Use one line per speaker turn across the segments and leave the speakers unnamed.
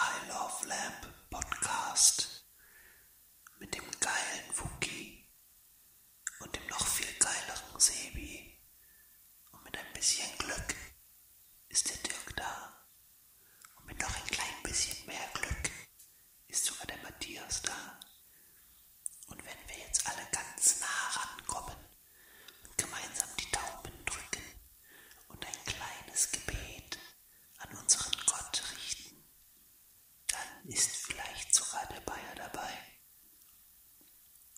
Love Lab Podcast mit dem geilen Wookie und dem noch viel geileren Sebi. Und mit ein bisschen Glück ist der Dirk da. Und mit noch ein klein bisschen mehr Glück ist sogar der Matthias da. Und wenn wir jetzt alle ganz nah rankommen und gemeinsam die Daumen drücken und ein kleines Gebet an unseren Gott richten, dann ist vielleicht sogar der Bayer dabei.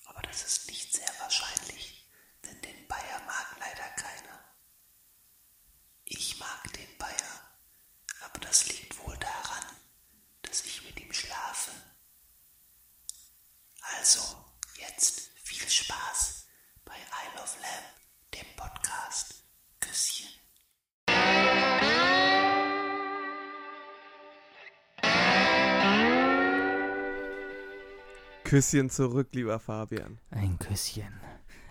Aber das ist nicht sehr wahrscheinlich, denn den Bayer mag leider keiner. Ich mag den Bayer, aber das liegt wohl daran, dass ich mit ihm schlafe. Also, jetzt viel Spaß bei Isle of Lamb, dem Podcast. Küsschen.
Küsschen zurück, lieber Fabian.
Ein Küsschen.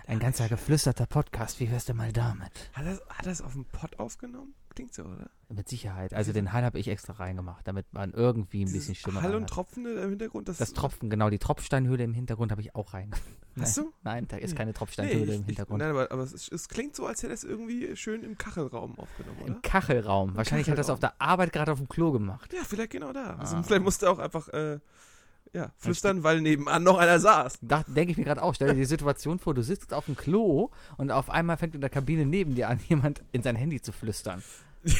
Ein ganzer geflüsterter Podcast. Wie wär's denn mal damit?
Hat das, hat das auf dem Pott aufgenommen? Klingt so, oder?
Mit Sicherheit. Also den Hall habe ich extra reingemacht, damit man irgendwie ein bisschen
Dieses
Stimme
Hall und
reinhat.
Tropfende im Hintergrund. Das,
Das Tropfen, genau. Die Tropfsteinhöhle im Hintergrund habe ich auch reingemacht.
Hast du?
Nein, da ist keine
Nee,
Tropfsteinhöhle
ich-
im
ich-
Hintergrund.
Nein, aber, aber es, ist- es klingt so, als hätte es irgendwie schön im Kachelraum aufgenommen, oder?
Im Kachelraum. Wahrscheinlich hat er das auf der Arbeit gerade auf dem Klo gemacht.
Ja, vielleicht genau da. Also
Ah.
vielleicht musste auch einfach äh, ja, flüstern, weil nebenan noch einer saß.
Da denke ich mir gerade auch. Stell dir die Situation vor, du sitzt auf dem Klo und auf einmal fängt in der Kabine neben dir an, jemand in sein Handy zu flüstern.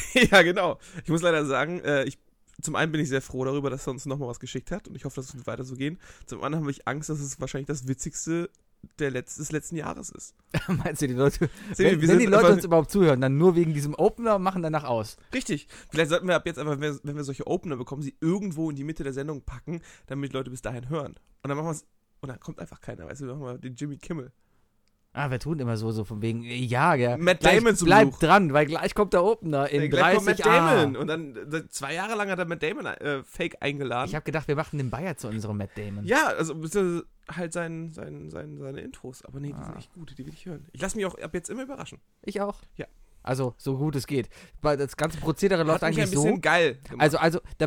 ja, genau. Ich muss leider sagen, äh, ich, zum einen bin ich sehr froh darüber, dass er uns nochmal was geschickt hat und ich hoffe, dass es
Hm.
uns weiter so gehen. Zum anderen habe ich Angst, dass es wahrscheinlich das Witzigste der Letz des letzten Jahres ist.
Meinst du, die Leute,
Sebi, wir
wenn, wenn
sind
die Leute
einfach-
uns überhaupt zuhören, dann nur wegen diesem Opener und machen danach aus?
Richtig. Vielleicht sollten wir ab jetzt einfach, wenn wenn wir solche Opener bekommen, sie irgendwo in die Mitte der Sendung packen, damit die Leute bis dahin hören. Und dann machen wir es. Und dann kommt einfach keiner. Weißt du, wir machen mal den Jimmy Kimmel.
Ah, wir tun immer so, so von wegen, äh, ja, ja.
Matt
gleich,
Damon zum
Bleib
Besuch.
dran, weil gleich kommt der Opener in
Äh,
30
kommt Matt
A.
Damon. Und dann äh, zwei Jahre lang hat er Matt Damon äh, fake eingeladen.
Ich habe gedacht, wir machen den Bayer zu unserem Matt Damon.
ja, also beziehungsweise halt sein, sein, sein, seine Intros. Aber nee, die sind
Ah.
echt gut, die will ich hören. Ich lasse mich auch ab jetzt immer überraschen.
Ich auch.
Ja.
Also, so gut es geht. Weil das ganze Prozedere läuft
Hat mich
eigentlich
ein bisschen
so.
geil gemacht.
Also, also, da,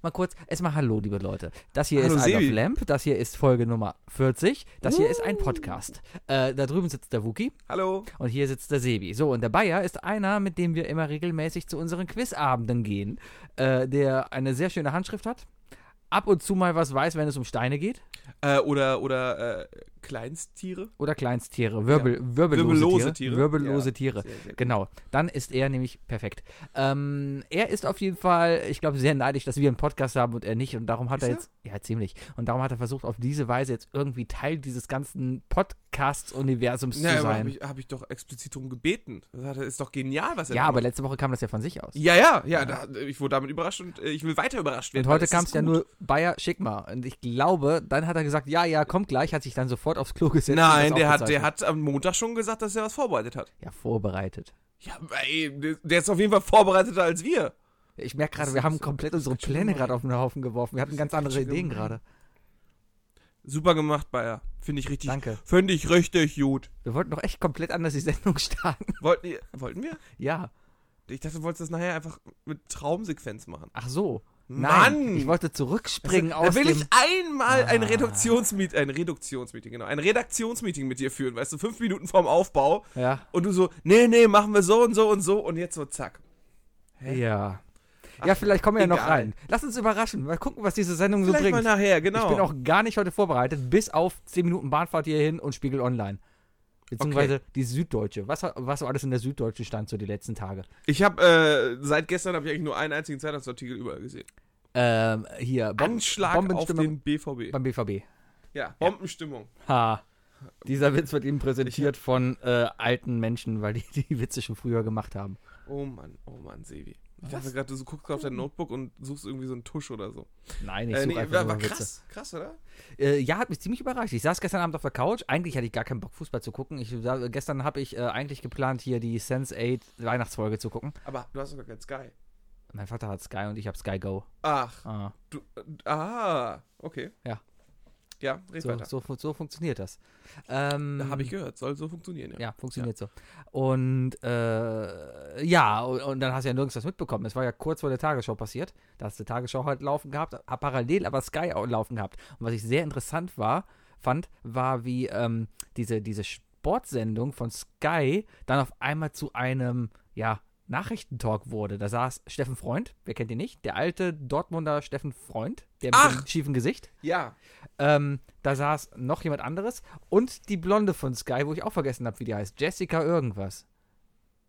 mal kurz, erstmal Hallo, liebe Leute. Das hier
Hallo,
ist Isle of
Sebi.
Lamp, das hier ist Folge Nummer 40, das hier ist ein Podcast. Äh, da drüben sitzt der Wookie
Hallo.
und hier sitzt der Sebi. So, und der Bayer ist einer, mit dem wir immer regelmäßig zu unseren Quizabenden gehen, äh, der eine sehr schöne Handschrift hat, ab und zu mal was weiß, wenn es um Steine geht
Äh, oder oder äh, Kleinsttiere.
oder Kleinsttiere, Wirbel, wirbellose,
Wirbellose
Tiere.
Tiere.
Wirbellose
Ja.
Tiere.
Sehr, sehr gut.
Genau, dann ist er nämlich perfekt. Ähm, er ist auf jeden Fall, ich glaube, sehr neidisch, dass wir einen Podcast haben und er nicht. Und darum hat
Ist
er
er?
jetzt, ja, ziemlich. Und darum hat er versucht, auf diese Weise jetzt irgendwie Teil dieses ganzen Podcast-Universums
Ja,
zu
aber habe
sein.
ich, hab ich doch explizit darum gebeten. Das hat- ist doch genial, was er
Ja,
da
aber
macht.
letzte Woche kam das ja von sich aus.
Ja, ja, ja, da, ich wurde damit überrascht und äh, ich will weiter überrascht werden.
Und
weil
heute
es
kam
ist
es ja
gut.
nur Bayer Schickma. Und ich glaube, dann hat er gesagt, ja, ja, kommt gleich, hat sich dann sofort aufs Klo gesetzt. und
Nein,
das
der hat, der
aufgezeichnet.
hat am Montag schon gesagt, dass er was vorbereitet hat.
Ja, vorbereitet.
Ja, ey, der- der ist auf jeden Fall vorbereiteter als wir.
Ich merke
Das
gerade, wir
ist
haben
so-
komplett unsere
ganz schön
Pläne
gemein.
gerade auf den Haufen geworfen. Wir hatten ganz andere
ganz schön
Ideen
gemein.
gerade.
Super gemacht, Bayer. Finde ich richtig.
Danke.
Finde ich richtig gut.
Wir wollten doch echt komplett anders die Sendung starten.
Wollten, ihr- wollten wir?
Ja.
Ich dachte, du wolltest das nachher einfach mit Traumsequenz machen.
Ach so.
Mann! Also,
Nein, ich wollte zurückspringen
da
aus
will
dem...
ich einmal ein
Ah.
Reduktionsmeeting, ein Reduktionsmeeting, genau, ein Redaktionsmeeting mit dir führen, weißt du, fünf Minuten vorm Aufbau,
Ja.
Und du so, nee, nee, machen wir so und so und so und jetzt so zack. Hä?
Ja. Ja, vielleicht kommen wir ja noch
egal.
rein. Lass uns überraschen. Mal gucken, was diese Sendung
Vielleicht
so
mal
bringt.
nachher, genau.
Ich bin auch gar nicht heute vorbereitet, bis auf 10 Minuten Bahnfahrt hierhin und Spiegel Online. Beziehungsweise die Süddeutsche. Was, was so alles in der Süddeutschen stand so die letzten Tage?
ich habe äh, seit gestern habe ich eigentlich nur einen einzigen Zeitungsartikel überall gesehen.
Ähm, hier, Bom
Anschlag auf
Bombenstimmung
den BVB.
beim BVB.
Ja, Bombenstimmung.
Ha. Dieser Witz wird ihm präsentiert von äh, alten Menschen, weil die die Witze schon früher gemacht haben.
Oh Mann, oh Mann, Sevi. Ich dachte gerade, du so guckst auf dein Notebook und suchst irgendwie so einen Tusch oder so.
Nein, ich
Äh,
suche
nee,
einfach
war,
nur
war
Witze.
krass, krass, oder?
Äh, ja, hat mich ziemlich überrascht. Ich saß gestern Abend auf der Couch. Eigentlich hatte ich gar keinen Bock, Fußball zu gucken. Ich, da, gestern habe ich äh, eigentlich geplant, hier die Sense 8 Weihnachtsfolge zu gucken.
Aber du hast sogar kein Sky.
Mein Vater Ah. hat Sky und ich habe Sky Go.
Ach,
Ah.
du, ah, äh, okay.
Ja.
Ja, red
So,
weiter.
so, fu- so funktioniert das. Ähm,
Habe ich gehört, soll so funktionieren, ja.
Ja, funktioniert so. Und äh, ja, und, und dann hast du ja nirgends was mitbekommen. Es war ja kurz vor der Tagesschau passiert. Da hast du die Tagesschau halt laufen gehabt, hab parallel aber Sky auch laufen gehabt. Und was ich sehr interessant war, fand, war, wie ähm, diese, diese Sportsendung von Sky dann auf einmal zu einem, ja, Nachrichtentalk wurde. Da saß Steffen Freund, wer kennt ihn nicht? Der alte Dortmunder Steffen Freund, der mit
Ach!
dem schiefen Gesicht.
Ja,
Ähm, da saß noch jemand anderes und die Blonde von Sky, wo ich auch vergessen habe, wie die heißt. Jessica irgendwas.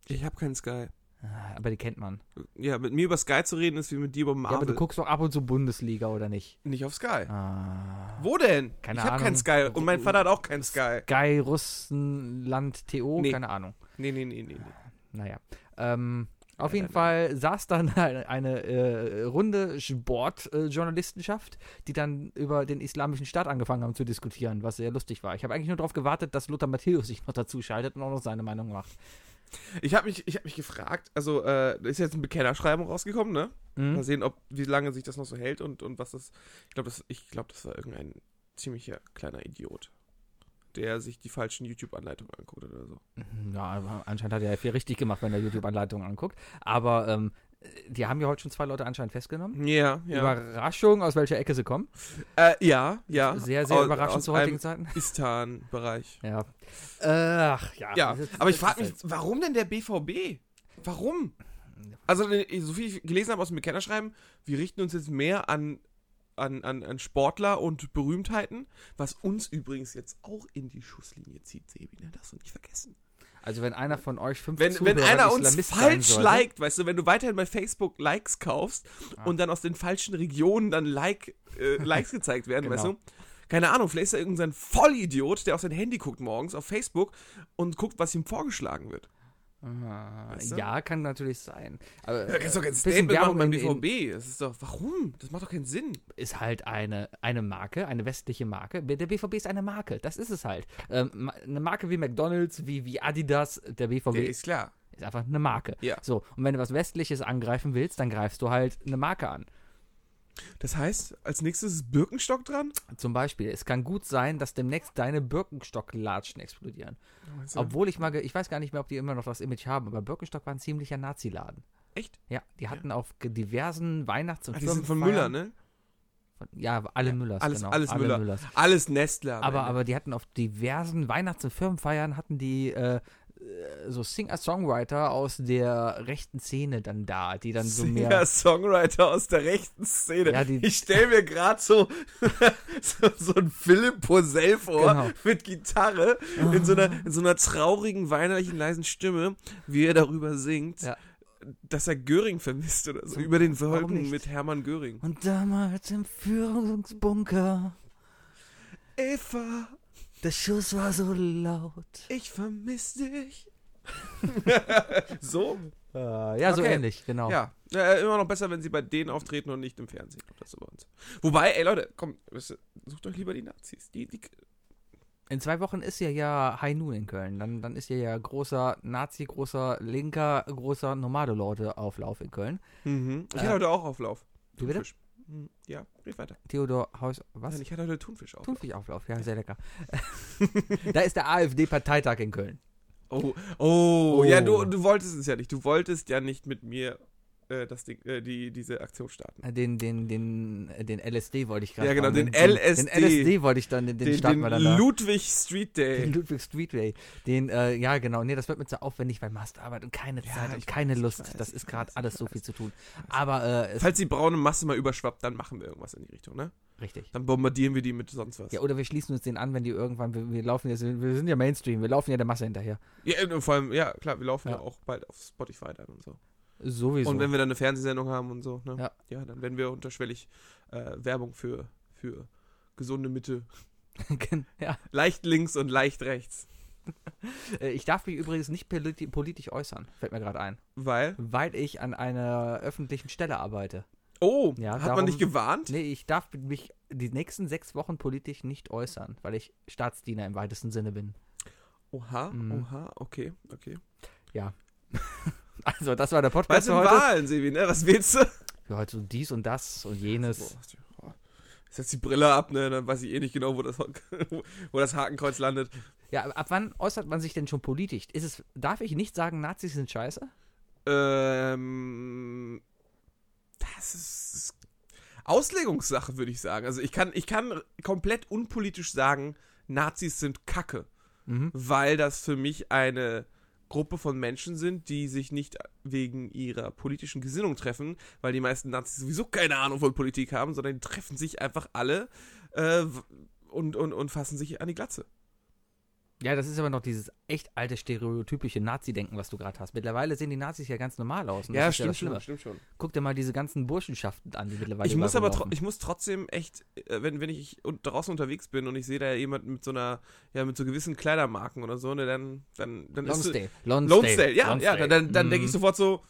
ich habe keinen Sky.
Ah, Aber die kennt man.
Ja, mit mir über Sky zu reden ist wie mit dir über Marvel.
Ja, aber du guckst doch ab und zu Bundesliga, oder nicht?
nicht auf Sky.
Ah.
Wo denn?
Keine
ich habe
Ahnung.
keinen Sky und mein Vater hat auch keinen Sky.
Sky, Russenland, TO,
Nee.
keine Ahnung.
Nee, nee, nee, nee. nee.
Naja. Ähm, auf jeden
nein,
Fall saß dann eine, eine äh, runde Sportjournalistenschaft, die dann über den islamischen Staat angefangen haben zu diskutieren, was sehr lustig war. Ich habe eigentlich nur darauf gewartet, dass Lothar Matthäus sich noch dazu schaltet und auch noch seine Meinung macht.
Ich habe mich, ich hab mich gefragt, also äh, da ist jetzt ein Bekennerschreiben rausgekommen, ne?
Mhm.
Mal sehen, ob, wie lange sich das noch so hält und, und was das. Ich glaube, das, ich glaub, das war irgendein ziemlicher kleiner Idiot, der sich die falschen YouTube-Anleitungen anguckt oder so.
Ja, aber anscheinend hat er viel richtig gemacht, wenn er YouTube-Anleitungen anguckt. Aber ähm, die haben ja heute schon zwei Leute anscheinend festgenommen.
Ja, ja.
Überraschung, aus welcher Ecke sie kommen.
Äh, ja, ja.
Sehr, sehr
Aus-
überraschend
aus
zu heutigen
einem
Zeiten.
Istan-Bereich.
Ja. Äh, Ach, ja.
Ja,
Das ist-
aber ich
das
frage
ist halt
mich, warum denn der BVB? Warum? Also, ne, so viel ich gelesen habe aus dem Bekennerschreiben, wir richten uns jetzt mehr an, an, an, an Sportler und Berühmtheiten, was uns übrigens jetzt auch in die Schusslinie zieht, Sebi, ne? darfst du nicht vergessen.
halt- Also, wenn einer von euch fünf
Wenn, wenn
Zuhörern
einer uns
Islamist sein
falsch
sollte- Ah.
liked, weißt du, wenn du weiterhin bei Facebook Likes kaufst und dann aus den falschen Regionen dann like, äh, Likes gezeigt werden,
Genau.
weißt du? Keine Ahnung, vielleicht ist da irgendein Vollidiot, der auf sein Handy guckt morgens auf Facebook und guckt, was ihm vorgeschlagen wird.
Ah,
Weißt du?
Ja, kann natürlich sein. Aber,
Da kannst du doch
äh,
kein
bisschen
Statement machen
Werbung
beim
in- in-
BVB. Das ist doch, warum? Das macht doch keinen Sinn.
ist halt eine, eine Marke, eine westliche Marke. Der BVB ist eine Marke, das ist es halt. Ähm, ma- eine Marke wie McDonalds, wie, wie Adidas, der BVB
ist klar.
Ist einfach eine Marke.
Ja.
So, und wenn du was Westliches angreifen willst, dann greifst du halt eine Marke an.
Das heißt, als nächstes ist Birkenstock dran?
Zum Beispiel, es kann gut sein, dass demnächst deine Birkenstock-Latschen explodieren. Obwohl ich mal, ge- ich weiß gar nicht mehr, ob die immer noch das Image haben, aber Birkenstock war ein ziemlicher Nazi-Laden.
Echt?
Ja, die hatten auf ge- diversen Weihnachts- und
Ah, die sind von Müller,
Firmenfeiern-
ne?
von- Ja, alle Müllers,
Alles,
genau.
alles
alle
Müller.
Müllers.
Alles Nestle. am
Aber,
Ende.
aber die hatten auf diversen Weihnachts- und Firmenfeiern hatten die äh, äh, so Singer-Songwriter aus der rechten Szene dann da, die dann so mehr...
Singer-Songwriter aus der rechten Szene.
Ja, die-
ich stelle mir gerade so, so, so einen Philipp Posell vor
Genau.
mit Gitarre in, so einer, in so einer traurigen, weinerlichen, leisen Stimme, wie er darüber singt,
Ja.
dass er Göring vermisst oder so. Über den Wolken
nicht?
mit Hermann Göring.
Und damals im Führungsbunker,
Eva,
der Schuss war so laut.
ich vermisse dich. so?
Genau. ja, so
Okay.
ähnlich, genau.
Ja. Äh, immer noch besser, wenn sie bei denen auftreten und nicht im Fernsehen. Das ist bei uns. Wobei, ey Leute, komm, wisst ihr, sucht euch lieber die Nazis. Die, die,
In zwei Wochen ist ja ja High Noon in Köln. Dann, dann ist ja ja großer Nazi, großer Linker, großer Nomade-Leute-Auflauf in Köln.
Ich hatte
Äh,
heute auch Auflauf.
Du bitte?
Thunfisch. Hm, Ja, red weiter.
Theodor Haus... Was?
Nein, ich hatte heute Thunfisch auf.
Thunfischauflauf, ja, sehr lecker. da ist der AfD-Parteitag in Köln.
Oh, oh, ja,
Oh.
du, du wolltest es ja nicht. Du wolltest ja nicht mit mir äh, das Ding, äh, die, diese Aktion starten.
Den, den, den, den LSD wollte ich gerade
Ja, genau,
fragen.
den LSD.
Den LSD wollte ich dann, den, den,
Den,
starten
den
wir dann da.
Ludwig Street
Den
Day.
Ludwig Streetway. Den, äh, ja, genau. Nee, das wird mir zu aufwendig, weil Masterarbeit und keine Zeit
ich
und keine
weiß, ich
Lust.
weiß,
das
ich
ist
weiß,
gerade
ich
alles so viel zu tun. Aber äh, es
Falls die braune Masse mal überschwappt, dann machen wir irgendwas in die Richtung, ne?
richtig.
Dann bombardieren wir die mit sonst was.
Ja, oder wir schließen uns den an, wenn die irgendwann, wir, wir laufen jetzt, wir sind ja Mainstream, wir laufen ja der Masse hinterher.
Ja, äh, und vor allem, ja, klar, wir laufen ja,
Ja.
auch bald auf Spotify dann und so.
Sowieso.
Und wenn wir dann eine Fernsehsendung haben und so, ne?
Ja.
dann werden wir unterschwellig äh, Werbung für, für gesunde Mitte.
ja.
Leicht links und leicht rechts.
Äh, Ich darf mich übrigens nicht politi politisch äußern, fällt mir gerade ein.
Weil.
Weil ich an einer öffentlichen Stelle arbeite.
Oh,
Ja,
hat
darum-
man dich gewarnt?
Nee, ich darf mich die nächsten sechs Wochen politisch nicht äußern, weil ich Staatsdiener im weitesten Sinne bin.
Oha,
Mhm.
oha, okay, okay.
Also, das war der
Weißt
Podcast
du,
für heute.
Wahlen, Sebi, ne? Was willst du?
Für heute so dies und das und jenes.
Boah, setzt die Brille ab, ne, dann weiß ich eh nicht genau, wo das, wo das Hakenkreuz landet.
Ja, ab ab wann äußert man sich denn schon politisch? Ist es, darf ich nicht sagen, Nazis sind scheiße?
Ähm, das ist Auslegungssache, würde ich sagen. Also ich kann, ich kann komplett unpolitisch sagen, Nazis sind Kacke,
Mhm.
weil das für mich eine Gruppe von Menschen sind, die sich nicht wegen ihrer politischen Gesinnung treffen, weil die meisten Nazis sowieso keine Ahnung von Politik haben, sondern die treffen sich einfach alle äh, w- und, und, und fassen sich an die Glatze.
Ja, das ist aber noch dieses echt alte stereotypische Nazi-Denken, was du gerade hast. Mittlerweile sehen die Nazis ja ganz normal aus. und das ist das Schlimme.
stimmt schon.
Guck dir mal diese ganzen Burschenschaften an, die mittlerweile
ich muss
überall
aber tro
rumlaufen.
ich muss trotzdem echt, äh, wenn, wenn ich un- draußen unterwegs bin und ich sehe da jemanden mit so einer, ja, mit so gewissen Kleidermarken oder so, ne, dann, dann, dann ist.
Lonsdale.
Lonsdale, ja,
Lonsdale.
ja, dann, dann
Mhm.
denke ich sofort so,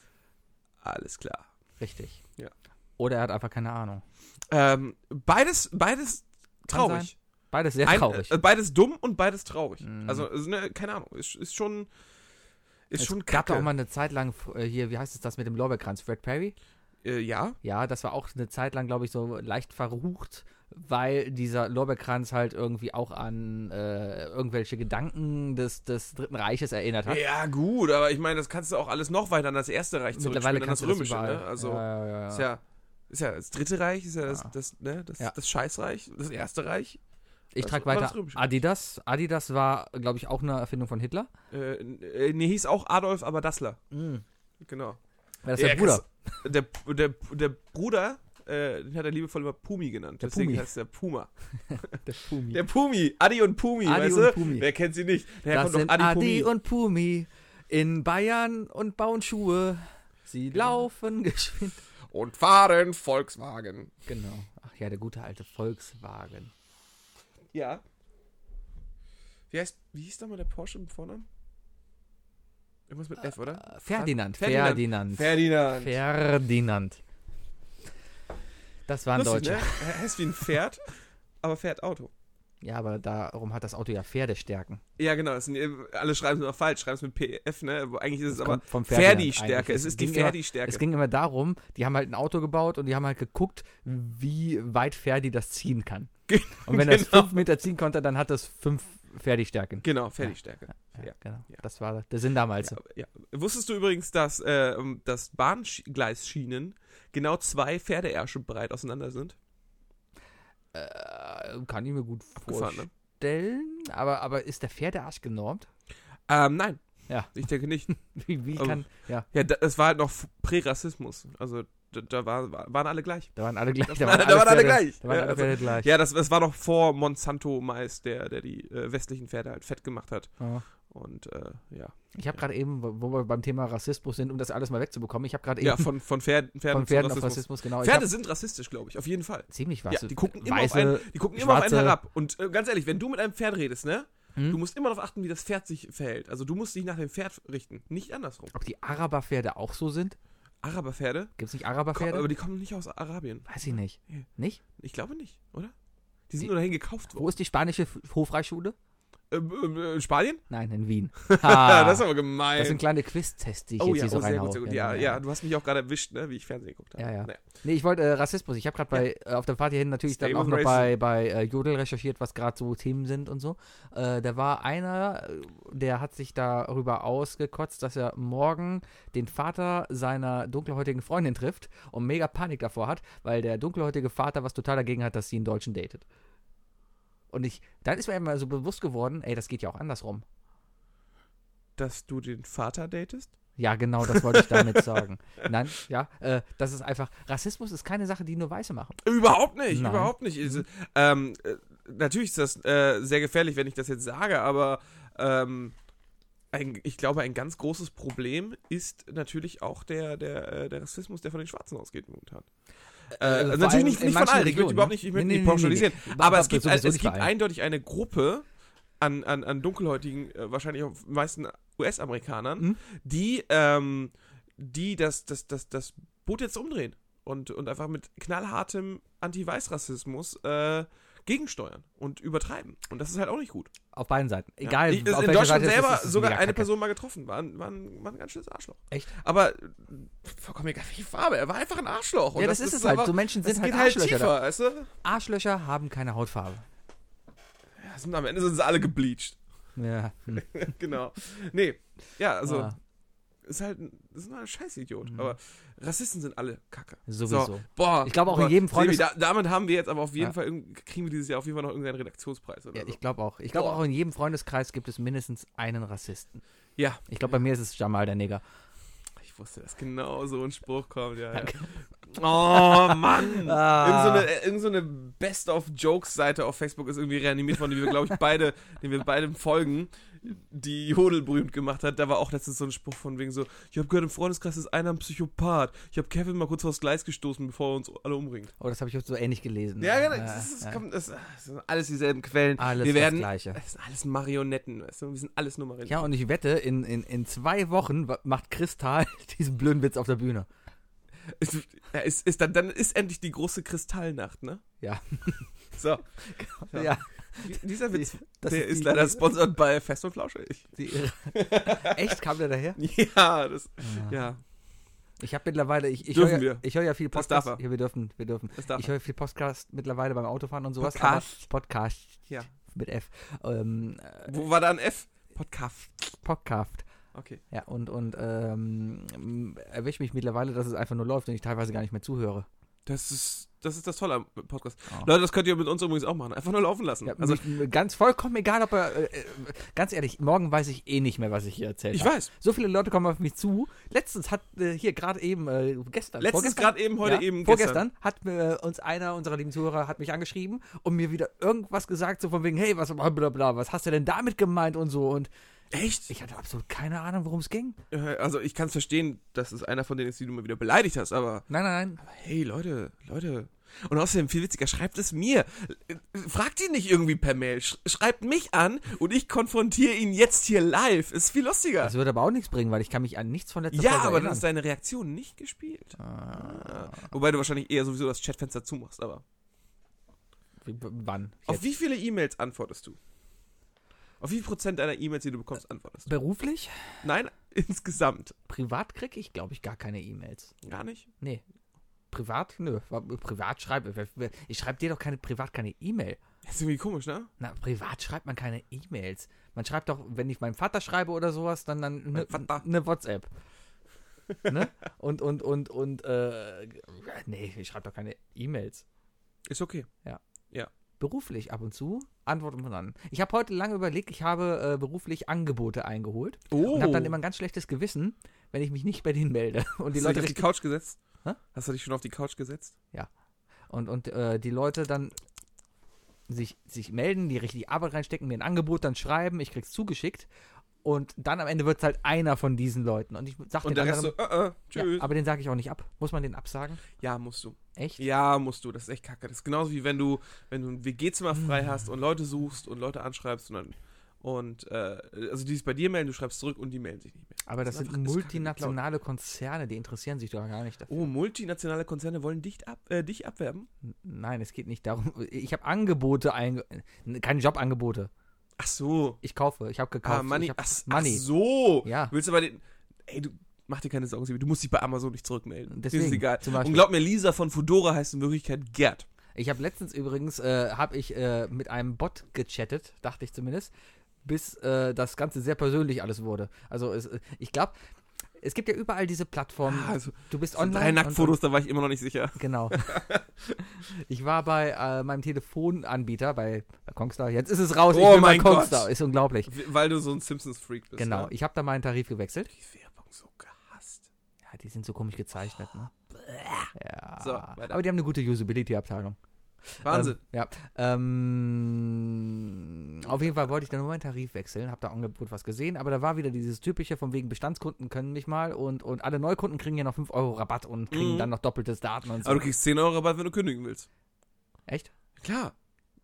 alles klar.
Richtig.
Ja.
Oder er hat einfach keine Ahnung.
Ähm, beides, beides
Kann
traurig.
Beides sehr
Ein-
traurig.
äh, beides dumm und beides traurig.
Mhm.
Also, also, ne, keine Ahnung, ist, ist schon, ist
es
schon
gab
kacke.
da auch mal eine Zeit lang äh, hier, wie heißt es das mit dem Lorbeerkranz? Fred Perry?
äh, ja,
Ja, das war auch eine Zeit lang, glaube ich, so leicht verrucht, weil dieser Lorbeerkranz halt irgendwie auch an äh, irgendwelche Gedanken des, des Dritten Reiches erinnert hat.
ja gut, aber ich meine, das kannst du auch alles noch weiter an das Erste Reich
Mittlerweile
zurückspielen, an
kannst
das
du das
Römische,
überall.
ne? Also,
ja, ja,
Ist
ja, ja.
ja, ist ja das Dritte Reich, ist ja das,
Ja.
das, ne, das,
Ja.
das Scheißreich, das Erste Reich.
Ich
das
trage
also, war das
weiter
Römische.
Adidas. Adidas war, glaube ich, auch eine Erfindung von Hitler.
Äh, äh, nee, hieß auch Adolf, aber Dassler. Genau.
Weil Mhm. das
Ja,
der Bruder.
krass. Der, der, der Bruder, äh, den hat er liebevoll immer Pumi genannt.
Der
Deswegen
Pumi.
heißt der Puma.
Der Pumi.
Der Pumi, Adi und Pumi,
Adi
weißt
und
du?
Pumi.
Wer kennt sie nicht? Daher
das
doch
sind Adi und Pumi in Bayern und bauen Schuhe. Sie
Genau.
laufen geschwind.
und fahren Volkswagen.
Genau. Ach ja, der gute alte Volkswagen.
Ja. Wie, heißt, wie hieß nochmal der Porsche im Vornamen? Irgendwas mit F, oder?
Äh, Ferdinand.
Ferdinand.
Ferdinand.
Ferdinand.
Ferdinand. Das waren
Lustig,
Deutsche.
ne? Er heißt wie ein Pferd, aber fährt Auto.
Ja, aber darum hat das Auto ja Pferdestärken.
Ja, genau. Es sind, alle schreiben es immer falsch, schreiben es mit PF, ne? Aber Eigentlich ist es aber
Kommt vom Ferdinand
Ferdi-Stärke.
eigentlich.
Es ist die
ging immer-
Ferdi-Stärke.
Es ging immer darum, die haben halt ein Auto gebaut und die haben halt geguckt, wie weit Ferdi das ziehen kann. Und wenn das
Genau.
5 Meter ziehen konnte, dann hat das 5 Ferdi-Stärken.
Genau, Ferdi-Stärke.
Ja, also.
Ja.
genau.
Ja.
Das war der Sinn damals.
Ja, ja. Wusstest du übrigens, dass, äh, dass Bahngleisschienen genau zwei Pferdeärsche breit auseinander sind?
Äh, kann ich mir gut
Abgefahren, ne?
vorstellen. Aber, aber ist der Pferdearsch genormt?
Ähm, nein.
Ja.
Ich denke nicht.
Wie, wie
Also-
kann. Ja,
Ja, da- das war halt noch f- Prä-Rassismus. Also da, da war, war- waren alle gleich.
da waren alle gleich.
Da waren alle
Pferde-
gleich.
Da waren
Ja,
alle
also-
Pferde gleich.
Ja, das, das war noch vor Monsanto Mais, der, der die äh, westlichen Pferde halt fett gemacht hat.
Ja.
Und äh, ja.
Oh. Ich habe gerade eben, wo wo wir beim Thema Rassismus sind, um das alles mal wegzubekommen, ich habe gerade eben
Ja, von, von Pferden, Pferden,
von
zu
Pferden auf
Rassismus.
Rassismus, genau. Ich
Pferde sind rassistisch, glaube ich, auf jeden Fall.
hab ziemlich was.
Ja, die gucken immer, auf
weiße,
einen, die gucken immer auf einen
schwarze-
herab. Und äh, ganz ehrlich, wenn du mit einem Pferd redest, ne?
Hm?
Du musst immer darauf achten, wie das Pferd sich verhält. Also du musst dich nach dem Pferd richten, nicht andersrum.
Ob die Araberpferde auch so sind?
Araberpferde?
Gibt es nicht
Ko- Aber
Araberpferde?
die kommen nicht aus Arabien.
Weiß ich nicht.
Ja.
Nicht?
Ich glaube nicht, oder? Die sind
Die-
nur dahin gekauft worden.
Wo ist die spanische F- Hofreitschule?
Ähm, ähm, äh, in Spanien?
Nein, in Wien.
Ah,
Ha,
das ist aber gemein.
das sind kleine Quiz-Tests, die ich
oh
jetzt
ja,
hier so
oh, sehr
reinhaue.
gut, sehr gut. Ja, ja, du hast mich auch gerade erwischt, ne, wie ich Fernsehen geguckt habe.
Ja, ja.
Naja.
Nee, ich wollte äh, Rassismus. Ich habe gerade bei äh, auf der Fahrt hierhin natürlich
Stay
dann auch
with
noch
racism.
bei, bei äh, Jodel recherchiert, was gerade so Themen sind und so. Äh, da war einer, äh, der hat sich darüber ausgekotzt, dass er morgen den Vater seiner dunkelhäutigen Freundin trifft und mega Panik davor hat, weil der dunkelhäutige Vater was total dagegen hat, dass sie einen Deutschen datet. Und ich, dann ist mir einmal so bewusst geworden, ey, das geht ja auch andersrum.
Dass du den Vater datest?
Ja, genau, das wollte ich damit sagen. Nein, ja, äh, das ist einfach, Rassismus ist keine Sache, die nur Weiße machen.
Überhaupt nicht,
Nein. Mhm.
überhaupt nicht. Es- Ähm, äh, natürlich ist das äh, sehr gefährlich, wenn ich das jetzt sage, aber ähm, ein, ich glaube, ein ganz großes Problem ist natürlich auch der, der, äh, der Rassismus, der von den Schwarzen ausgeht momentan. Äh,
also vor allem
natürlich nicht,
in
nicht von
manchen
allen, ich möchte
Regionen,
überhaupt
ne?
nicht, ich möchte
Nee, nee,
nicht
nee,
pauschalisieren,
nee, nee.
aber
Aber
es gibt, also
sowieso
es
nicht
gibt
bei allen.
eindeutig eine Gruppe an, an, an dunkelhäutigen, äh, wahrscheinlich auch meisten US-Amerikanern,
Mhm.
die, ähm, die das, das, das, das Boot jetzt umdrehen und, und einfach mit knallhartem Anti-Weiß-Rassismus äh, gegensteuern und übertreiben. Und das ist halt auch nicht gut.
Auf beiden Seiten. Egal,
ich,
auf
in
welcher
Deutschland
Seite es ist,
selber
es ist
sogar
mega
eine
kacke.
Person mal getroffen. War, ein- war, ein, war ein ganz schönes Arschloch.
Echt?
Aber äh, vollkommen egal, welche Farbe. Er war einfach ein Arschloch. Und
Ja, das, ist es halt.
einfach-
So Menschen
das
sind halt
geht halt
Arschlöcher.
tiefer, weißt du?
Arschlöcher haben keine Hautfarbe.
Ja, sind, am Ende sind sie alle gebleached.
Ja. Hm.
genau. Nee, ja, also
Ah, Mhm.
ist halt ein- ist nur ein Scheißidiot. Aber Rassisten sind alle Kacke.
sowieso.
So, boah,
Ich glaube auch in
boah,
jedem Freundes-
Sebi, da, damit haben wir jetzt aber auf jeden
Ja.
Fall irgend- kriegen wir dieses Jahr auf jeden Fall noch irgendeinen Redaktionspreis oder
Ja,
so.
ich glaube auch. Ich glaube
Boah.
auch in jedem Freundeskreis gibt es mindestens einen Rassisten.
ja,
Ich glaube, bei mir ist es Jamal der Neger.
ich wusste, dass genau so ein Spruch kommt. Ja, ja. Oh Mann!
Ah.
Irgend so eine, äh, irgend so eine Best of Jokes Seite auf Facebook ist irgendwie reanimiert worden, die wir glaube ich beide, den wir beide folgen, die Jodel berühmt gemacht hat. Da war auch letztens so ein Spruch von wegen so: Ich habe gehört im Freundeskreis ist einer ein Psychopath. Ich habe Kevin mal kurz vors Gleis gestoßen, bevor er uns alle umbringt.
Oh, das habe ich so ähnlich gelesen.
Ja, genau.
Äh,
Das, ist,
äh,
das, kommt, das, das sind alles dieselben Quellen.
Alles
wir
das
werden,
Gleiche.
Das sind alles Marionetten, weißt du? Wir sind alles nur Marionetten.
Ja, und ich wette, in, in, in zwei Wochen wa- macht Kristall diesen blöden Witz auf der Bühne.
Es- ja, ist, ist, dann, dann ist endlich die große Kristallnacht, ne?
Ja.
So,
Ja,
Ja. dieser
die-
Witz,
das
der ist
die-
leider sponsored bei Fest und Flauschig.
Die, echt, kam der daher?
Ja, das, ja,
Ich habe mittlerweile, ich, ich höre
Dürfen
ja,
wir.
ich höre ja viel
Das
Podcast.
darf er.
Ja, wir dürfen, wir dürfen.
das darf
Ich höre viel Podcast mittlerweile beim Autofahren und sowas.
Podcast.
Aber Podcast
ich. Ja.
mit F. Ähm, äh,
Wo war da ein F? Podcast.
Podcast.
Okay.
Ja, und, und ähm, erwische mich mittlerweile, dass es einfach nur läuft und ich teilweise gar nicht mehr zuhöre.
Das ist das, ist das Tolle am Podcast.
Oh.
Leute, das könnt ihr mit uns übrigens auch machen. Einfach nur laufen lassen.
Ja, also,
also,
mich, ganz vollkommen egal, ob er. Äh, äh, ganz ehrlich, morgen weiß ich eh nicht mehr, was ich hier erzählt
ich
habe.
weiß.
So viele Leute kommen auf mich zu. Letztens hat äh, hier gerade eben, äh, gestern.
Letztens
vorgestern-
gerade eben, heute
ja,
eben
Vorgestern hat äh, uns einer unserer lieben Zuhörer hat mich angeschrieben und mir wieder irgendwas gesagt, so von wegen, hey, was bla bla bla, was hast du denn damit gemeint und so. Und
Echt?
ich hatte absolut keine Ahnung, worum es ging.
Äh, also ich kann es verstehen, dass es einer von denen ist, die du mal wieder beleidigt hast, aber
Nein, nein, nein.
hey Leute, Leute. Und außerdem viel witziger, schreibt es mir. Äh, Fragt ihn nicht irgendwie per Mail. Sch- Schreibt mich an und ich konfrontiere ihn jetzt hier live. Ist viel lustiger.
Das würde aber auch nichts bringen, weil Also, ich kann mich an nichts von letzter
ja,
Folge
aber dann
erinnern.
ist deine Reaktion nicht gespielt. Ah. Wobei du wahrscheinlich eher sowieso das Chatfenster zumachst, aber.
Wie- w- Wann?
Auf wie viele E-Mails antwortest du? Auf wie viel Prozent deiner E-Mails, die du bekommst, antwortest du?
Beruflich?
Nein, insgesamt.
Privat kriege ich, glaube ich, gar keine E-Mails.
Gar nicht.
Nee. Privat? Nö. Wa- Privat schreibe ich. schreibe dir doch keine privat keine E-Mail.
Das ist irgendwie komisch, ne?
Na, privat schreibt man keine E-Mails. Man schreibt doch, wenn ich meinem Vater schreibe oder sowas, dann dann eine
Vater.
ne WhatsApp. ne? Und und und und äh, nee, ich schreibe doch keine E-Mails.
Ist okay.
Beruflich ab und zu antworten wir dann. Ich habe heute lange überlegt, ich habe äh, beruflich Angebote eingeholt
Oh.
und habe dann immer ein ganz schlechtes Gewissen, wenn ich mich nicht bei denen melde und
Hast du
die
dich
Leute
auf die
richtig,
Couch gesetzt?
Hä?
Hast du dich schon auf die Couch gesetzt?
und und äh, die Leute dann sich, sich melden, die richtig Arbeit reinstecken, mir ein Angebot dann schreiben, ich krieg's zugeschickt und dann am Ende wird's halt einer von diesen Leuten und ich sag
Und
den
der Rest so,
anderen,
äh, äh, tschüss.
ja, aber den sage ich auch nicht ab. Muss man den absagen?
Ja, musst du.
Echt?
Ja, musst du. Das ist echt kacke. Das ist genauso wie wenn du, wenn du ein WG-Zimmer frei
Hm.
hast und Leute suchst und Leute anschreibst und dann. Und, äh, also die es bei dir melden, du schreibst zurück und die melden sich nicht mehr.
Aber das,
ist
sind
einfach- ist kacke
multinationale Konzerne, die interessieren sich doch gar nicht dafür.
Oh, multinationale Konzerne wollen dich, ab, äh, dich abwerben?
Nein, es geht nicht darum. Ich habe Angebote einge keine Jobangebote.
Ach so.
Ich kaufe, ich habe gekauft.
Ah, Money.
Ich hab
Ach, s-
Money.
ach so.
Ja.
Willst du bei den. Ey, du. Mach dir keine Sorgen, Sibi, du musst dich bei Amazon nicht zurückmelden.
Deswegen,
Mir ist egal.
zum Beispiel.
Und glaub mir, Lisa von Fudora heißt in Wirklichkeit Gerd.
Ich habe letztens übrigens, äh, habe ich äh, mit einem Bot gechattet, dachte ich zumindest, bis äh, das Ganze sehr persönlich alles wurde. Also es, äh, ich glaube, es gibt ja überall diese Plattformen.
Ah, also,
du bist
Online
online.
drei
und-
Nacktfotos, da war ich immer noch nicht sicher.
und- Genau. ich war bei äh, meinem Telefonanbieter, bei Kongstar. Jetzt ist es raus. ich
Oh
bin bei
mein Gott.
Kongstar. Ist unglaublich.
Weil du so ein Simpsons-Freak bist.
genau.
Ne?
Ich habe da meinen Tarif gewechselt.
Die Werbung so gehasst.
Ja, die sind so komisch gezeichnet, ne? Ja.
Oh. So, weiter.
Aber die haben eine gute Usability-Abteilung.
Wahnsinn.
Ähm, ja. Ähm, auf jeden Fall wollte ich dann nur meinen Tarif wechseln, habe da Angebot was gesehen, aber da war wieder dieses typische von wegen Bestandskunden können mich mal und, und alle Neukunden kriegen ja noch 5 Euro Rabatt und kriegen
Mhm.
dann noch doppeltes Daten und so.
Aber du kriegst 10 Euro Rabatt, wenn du kündigen willst.
Echt?
Klar.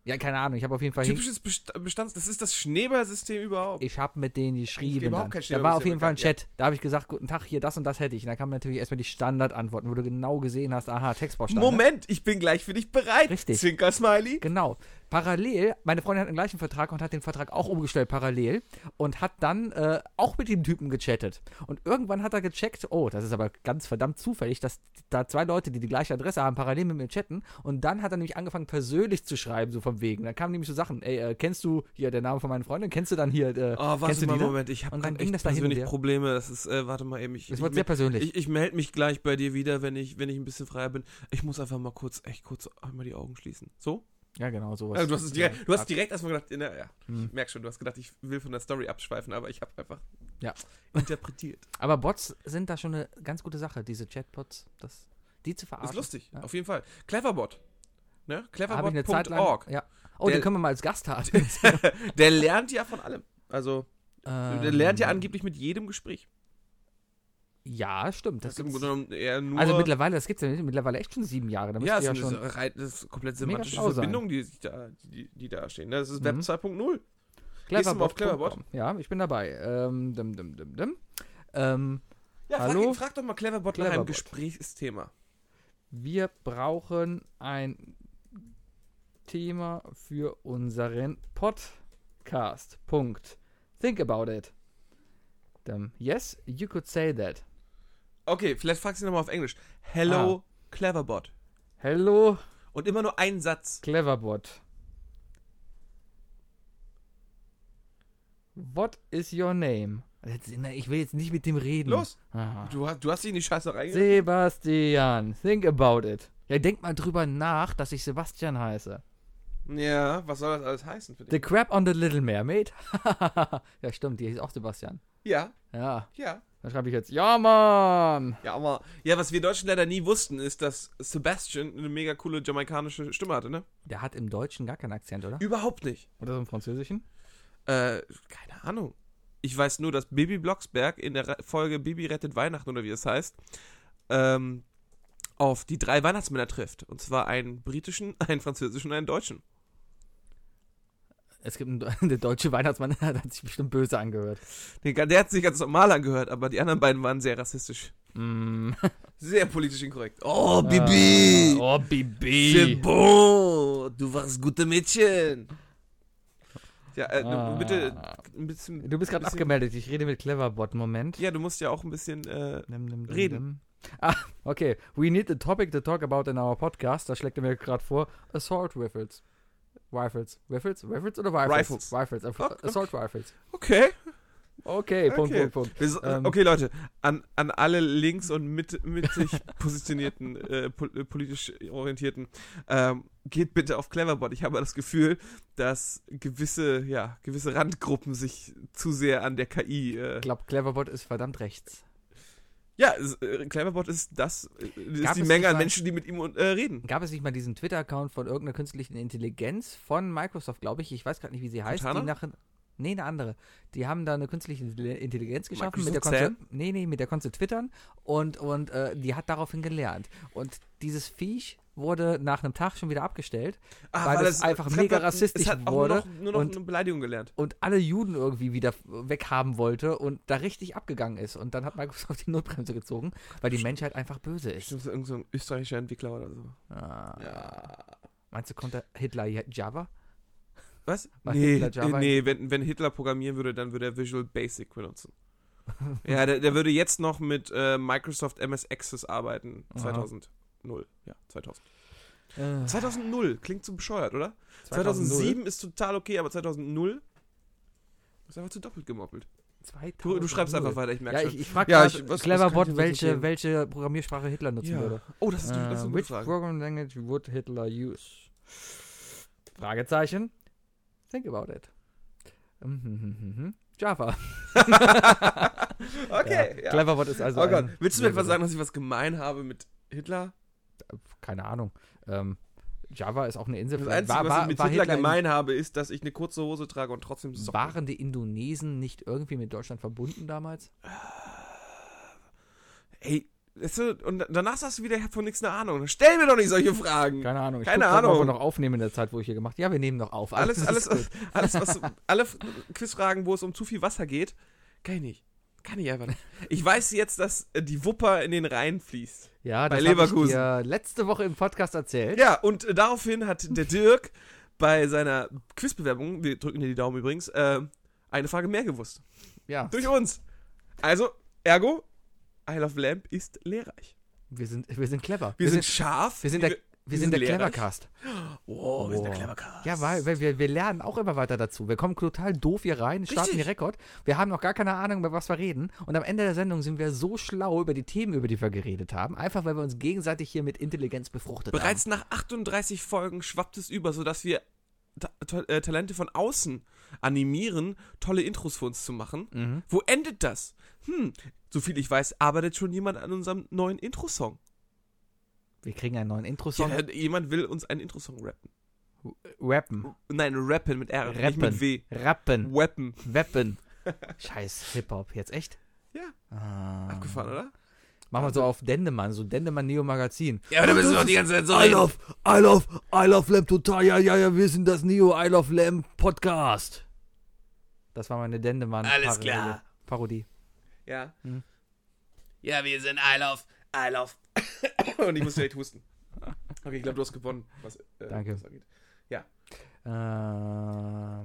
Ja, keine Ahnung, ich habe auf jeden Fall hin,
Typisches Best- Bestands... Das ist das Schneeballsystem überhaupt.
ich habe mit denen geschrieben.
überhaupt
dann.
kein
Da war auf
Stellungsnahme,
jeden Fall ein
ja.
Chat. Da habe ich gesagt, guten Tag, hier das und das hätte ich. Und da kamen natürlich erstmal die Standardantworten, wo du genau gesehen hast, aha, Textbausteine.
Moment, ich bin gleich für dich bereit.
Richtig.
Zwinker-Smiley.
Genau. Parallel, meine Freundin hat den gleichen Vertrag und hat den Vertrag auch umgestellt parallel und hat dann äh, auch mit dem Typen gechattet. Und irgendwann hat er gecheckt, oh, das ist aber ganz verdammt zufällig, dass da zwei Leute, die die gleiche Adresse haben, parallel mit mir chatten. Und dann hat er nämlich angefangen, persönlich zu schreiben, so von wegen. Dann kamen nämlich so Sachen, ey, äh, kennst du hier der Name von meiner Freundin? Kennst du dann hier, äh,
Oh, warte
kennst du
mal,
die da?
Moment, ich habe
Und dann
gerade echt
ging das dahin und
persönlich
her.
Probleme. Das ist, äh, warte mal eben, ich,
Das
ich,
wird sehr
mel-
persönlich.
ich, ich melde mich gleich bei dir wieder, wenn ich, wenn ich ein bisschen freier bin. Ich muss einfach mal kurz, echt kurz einmal die Augen schließen. So?
ja, genau, sowas.
Also, du hast, es direkt, du hast
Ja.
direkt erstmal gedacht, na, ja,
Hm.
ich merk schon, du hast gedacht, ich will von der Story abschweifen, aber ich habe einfach
Ja.
interpretiert.
Aber Bots sind da schon eine ganz gute Sache, diese Chatbots, das, die zu verarbeiten.
ist lustig,
Ja.
auf jeden Fall. Cleverbot. Ne?
Habe ich eine Zeit lang.
Cleverbot.org.
Ja. Oh,
Der-
den können wir mal als Gast haben.
Der lernt ja von allem. Also,
Ähm,
der lernt ja angeblich mit jedem Gespräch.
Ja, stimmt. Das
ist im
gibt's-
Grunde genommen eher nur.
also mittlerweile, das gibt es ja nicht- mittlerweile echt schon sieben Jahre. Da
ja,
müsst
es
ihr ja
ist
schon.
eine rei- das ist komplett
mega
semantische
schlau sein.
Verbindungen, die, sich da, die, die da stehen. ne? Das ist Web
Mhm.
2.0.
Cleverbot
Gehst du mal auf Cleverbot?
punkt com. Ja, ich bin dabei. Ähm, dim, dim, dim, dim. Ähm,
Ja, frag,
Hallo?
ihn, frag doch mal Cleverbot nach einem
Cleverbot.
Gesprächsthema.
wir brauchen ein Thema für unseren Podcast. Punkt. Think about it. Dim. Yes, you could say that.
Okay, vielleicht fragst du ihn nochmal auf Englisch. Hello,
Ah.
Cleverbot.
Hello,
Und immer nur einen Satz.
Cleverbot. What is your name? Jetzt, na, ich will jetzt nicht mit dem reden.
Los,
Aha.
du hast, du hast dich in die Scheiße reingegangen.
Sebastian, think about it. Ja, denk mal drüber nach, dass ich Sebastian heiße.
Ja, was soll das alles heißen für dich?
The Crab on the Little Mermaid. ja, stimmt, die hieß auch Sebastian.
Ja,
Ja,
ja.
dann schreibe ich jetzt, ja, Mann.
Ja, aber. Ja, was wir Deutschen leider nie wussten, ist, dass Sebastian eine mega coole jamaikanische Stimme hatte, ne?
Der hat im Deutschen gar keinen Akzent, oder?
Überhaupt nicht.
Oder so im Französischen?
Äh, keine Ahnung. Ich weiß nur, dass Bibi Blocksberg in der Re Folge Bibi rettet Weihnachten oder wie es heißt, ähm, auf die drei Weihnachtsmänner trifft. Und zwar einen britischen, einen französischen und einen deutschen.
Es gibt einen, der deutsche Weihnachtsmann, der hat sich bestimmt böse angehört.
Den, der hat sich ganz normal angehört, aber die anderen beiden waren sehr rassistisch.
Mm.
Sehr politisch inkorrekt. Oh,
Ah, oh, Bibi.
C'est bon! Du warst gute Mädchen! Ja, äh,
Ah.
bitte ein bisschen.
Du bist gerade
bisschen-
abgemeldet, ich rede mit Cleverbot. Moment.
Ja, du musst ja auch ein bisschen. Äh,
Nimm, nimm, nimm,
Reden.
nimm. Ah, okay. We need a topic to talk about in our podcast. Da schlägt er mir gerade vor. Assault Rifles. Rifles. Rifles? Rifles oder Rifles?
Rifles.
Rifles. Aff-
Okay.
Assault Rifles.
okay.
Okay, Punkt,
Okay.
Punkt, Punkt.
Wir so-
Ähm.
okay, Leute, an, an alle links und mit, mittig positionierten, äh, pol äh, politisch orientierten, ähm, geht bitte auf Cleverbot. Ich habe das Gefühl, dass gewisse, ja, gewisse Randgruppen sich zu sehr an der KI. Äh,
Ich glaube, Cleverbot ist verdammt rechts.
ja, es- äh, Cleverbot ist das, äh, ist
Gab
die
es
Menge
nicht
an
mal-
Menschen, die mit ihm äh, reden.
Gab es nicht mal diesen Twitter-Account von irgendeiner künstlichen Intelligenz von Microsoft, glaube ich. Ich weiß gerade nicht, wie sie heißt. Die
Cortana?
nach, nee, eine andere. Die haben da eine künstliche Intelli- Intelligenz geschaffen. Mit der,
Microsoft
konnte, nee, nee, mit der konnte twittern und, und äh, die hat daraufhin gelernt. Und dieses Viech wurde nach einem Tag schon wieder abgestellt.
Ah,
weil es
das-
einfach
es
mega
hat,
rassistisch
es hat auch
wurde
Nur noch, nur noch
und-
eine Beleidigung gelernt.
und alle Juden irgendwie wieder weghaben wollte und da richtig abgegangen ist. Und dann hat Microsoft die Notbremse gezogen, weil die Menschheit einfach böse ist.
Bestimmt so irgend so ein österreichischer Entwickler oder so.
Ah.
Ja.
Meinst du, kommt da Hitler Je- Java?
Was?
War
nee,
Hitler Java-
äh, nee wenn, wenn Hitler programmieren würde, dann würde er Visual Basic benutzen. ja, der, der würde jetzt noch mit äh, Microsoft MS Access arbeiten.
Aha.
2000. Null. Ja, 2000. Ah.
Äh,
2000 klingt so bescheuert, oder? 2007 ist total okay, aber 2000 ist einfach zu doppelt gemoppelt. Du, du schreibst einfach weiter, ich merke
Ja,
schon.
ich, ich frage
Ja,
ja,
ich- was- was kann ich
Cleverbot,
dir
welche,
erzählen?
welche Programmiersprache Hitler nutzen
Ja.
würde.
Oh, das ist,
Äh,
das ist eine gute
which
Frage.
program language would Hitler use? Fragezeichen. Think about it. Mhm, mhm, mhm. Java.
okay, ja.
Cleverbot ist also
Oh Gott,
ein-
willst du mir etwas sagen, dass ich was gemein habe mit Hitler?
keine Ahnung. Ähm, Java ist auch eine Insel.
Das
Vielleicht
Einzige, was ich mit Hitler, gemein habe, ist, dass ich eine kurze Hose trage und trotzdem
in,
Socken.
waren die Indonesen nicht irgendwie mit Deutschland verbunden damals?
Ey, weißt du, und danach sagst du wieder, ich hab von nichts eine Ahnung. Stell mir doch nicht solche Fragen.
Keine Ahnung. Ich
Keine
guck grad mal,
Ahnung.
Ob wir noch aufnehmen in der Zeit, wo ich hier gemacht Ja, wir nehmen noch auf.
Alles,
ist
alles,
gut.
alles, was, alle F- Quizfragen, wo es um zu viel Wasser geht, kann ich nicht. Kann ich einfach nicht. Ich weiß jetzt, dass äh, die Wupper in den Rhein fließt.
Ja,
bei
das hab ich
Leverkusen.
dir letzte Woche im Podcast erzählt.
Ja, und äh, daraufhin hat der Dirk bei seiner Quizbewerbung, wir drücken dir die Daumen übrigens, äh, eine Frage mehr gewusst.
Ja,
Durch uns. Also, ergo, Isle of Lamp ist lehrreich.
wir sind, wir sind clever.
Wir, sind scharf.
wir sind der, wir, sind der
lehrreich.
Clevercast.
Oh, wir sind der
Wow.
Clevercast.
Ja, weil, weil wir, wir lernen auch immer weiter dazu. Wir kommen total doof hier rein, starten
Richtig.
den Rekord. Wir haben noch gar keine Ahnung, über was wir reden. Und am Ende der Sendung sind wir so schlau über die Themen, über die wir geredet haben. Einfach, weil wir uns gegenseitig hier mit Intelligenz befruchtet
Bereits nach 38 Folgen schwappt es über, sodass wir Ta Ta äh, Talente von außen animieren, tolle Intros für uns zu machen.
haben. Mhm.
Wo endet das? Hm, soviel ich weiß, arbeitet schon jemand an unserem neuen Intro-Song.
Wir kriegen einen neuen Intro-Song.
Ja, jemand will uns einen Intro-Song rappen.
Rappen.
Nein, rappen mit R, nicht
Rappen.
mit W.
Rappen.
Weapon.
Weapon. Scheiß Hip-Hop. Jetzt echt?
Ja.
Ah.
Abgefahren, oder?
Machen wir so auf Dendemann, so Dendemann Neo Magazin.
Ja, aber da müssen wir doch die ganze Zeit so
I love, I love, I love Lamb total. Ja, ja, ja, wir sind das Neo I love Lamb Podcast. Das war meine Dendemann.
Alles klar.
Parodie.
Ja.
Ja, wir sind I love, I love.
Und ich muss direkt husten. Okay, ich glaube, du hast gewonnen. Was, äh,
Danke.
Was angeht.
Ähm,
Ah,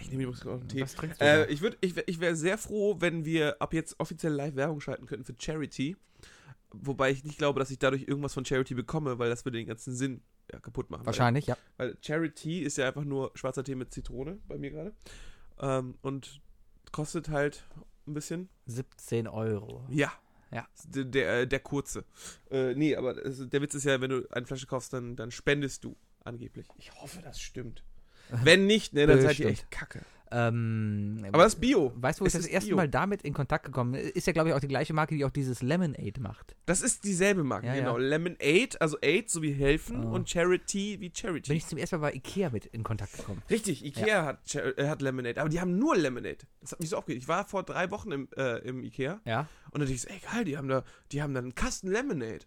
ich nehme übrigens auch einen Tee.
was trinkst du?
Äh,
da?
ich würd- ich, wär- ich wäre sehr froh, wenn wir ab jetzt offiziell live Werbung schalten könnten für Charity. Wobei ich nicht glaube, dass ich dadurch irgendwas von Charity bekomme, weil das würde den ganzen Sinn ja, kaputt machen.
Wahrscheinlich, ja.
Weil, weil Charity ist ja einfach nur schwarzer Tee mit Zitrone bei mir gerade. Ähm, und kostet halt ein bisschen.
17 Euro.
Ja.
Ja.
Der, der, der kurze. Äh, nee, aber es- der Witz ist ja, wenn du eine Flasche kaufst, dann, dann spendest du angeblich. Ich hoffe, das stimmt. Wenn nicht, ne, dann seid ihr
Bestimmt.
echt kacke.
Ähm,
Aber das ist Bio.
weißt du, wo ich
Es
das
ist
erste
Bio.
Mal damit in Kontakt gekommen bin? Ist ja, glaube ich, auch die gleiche Marke, die auch dieses Lemonade macht.
Das ist dieselbe Marke,
Ja, ja.
genau. Lemonade, also Aid, so wie helfen
Ah.
und Charity wie Charity.
Bin ich zum ersten Mal bei Ikea mit in Kontakt gekommen.
Richtig, Ikea hat, Char- äh, hat Lemonade, aber die haben nur Lemonade. Das hat mich so aufgeregt. Ich war vor drei Wochen im, äh, im Ikea
Ja.
und dann dachte ich, so, ey geil, die haben da, die haben da einen Kasten Lemonade.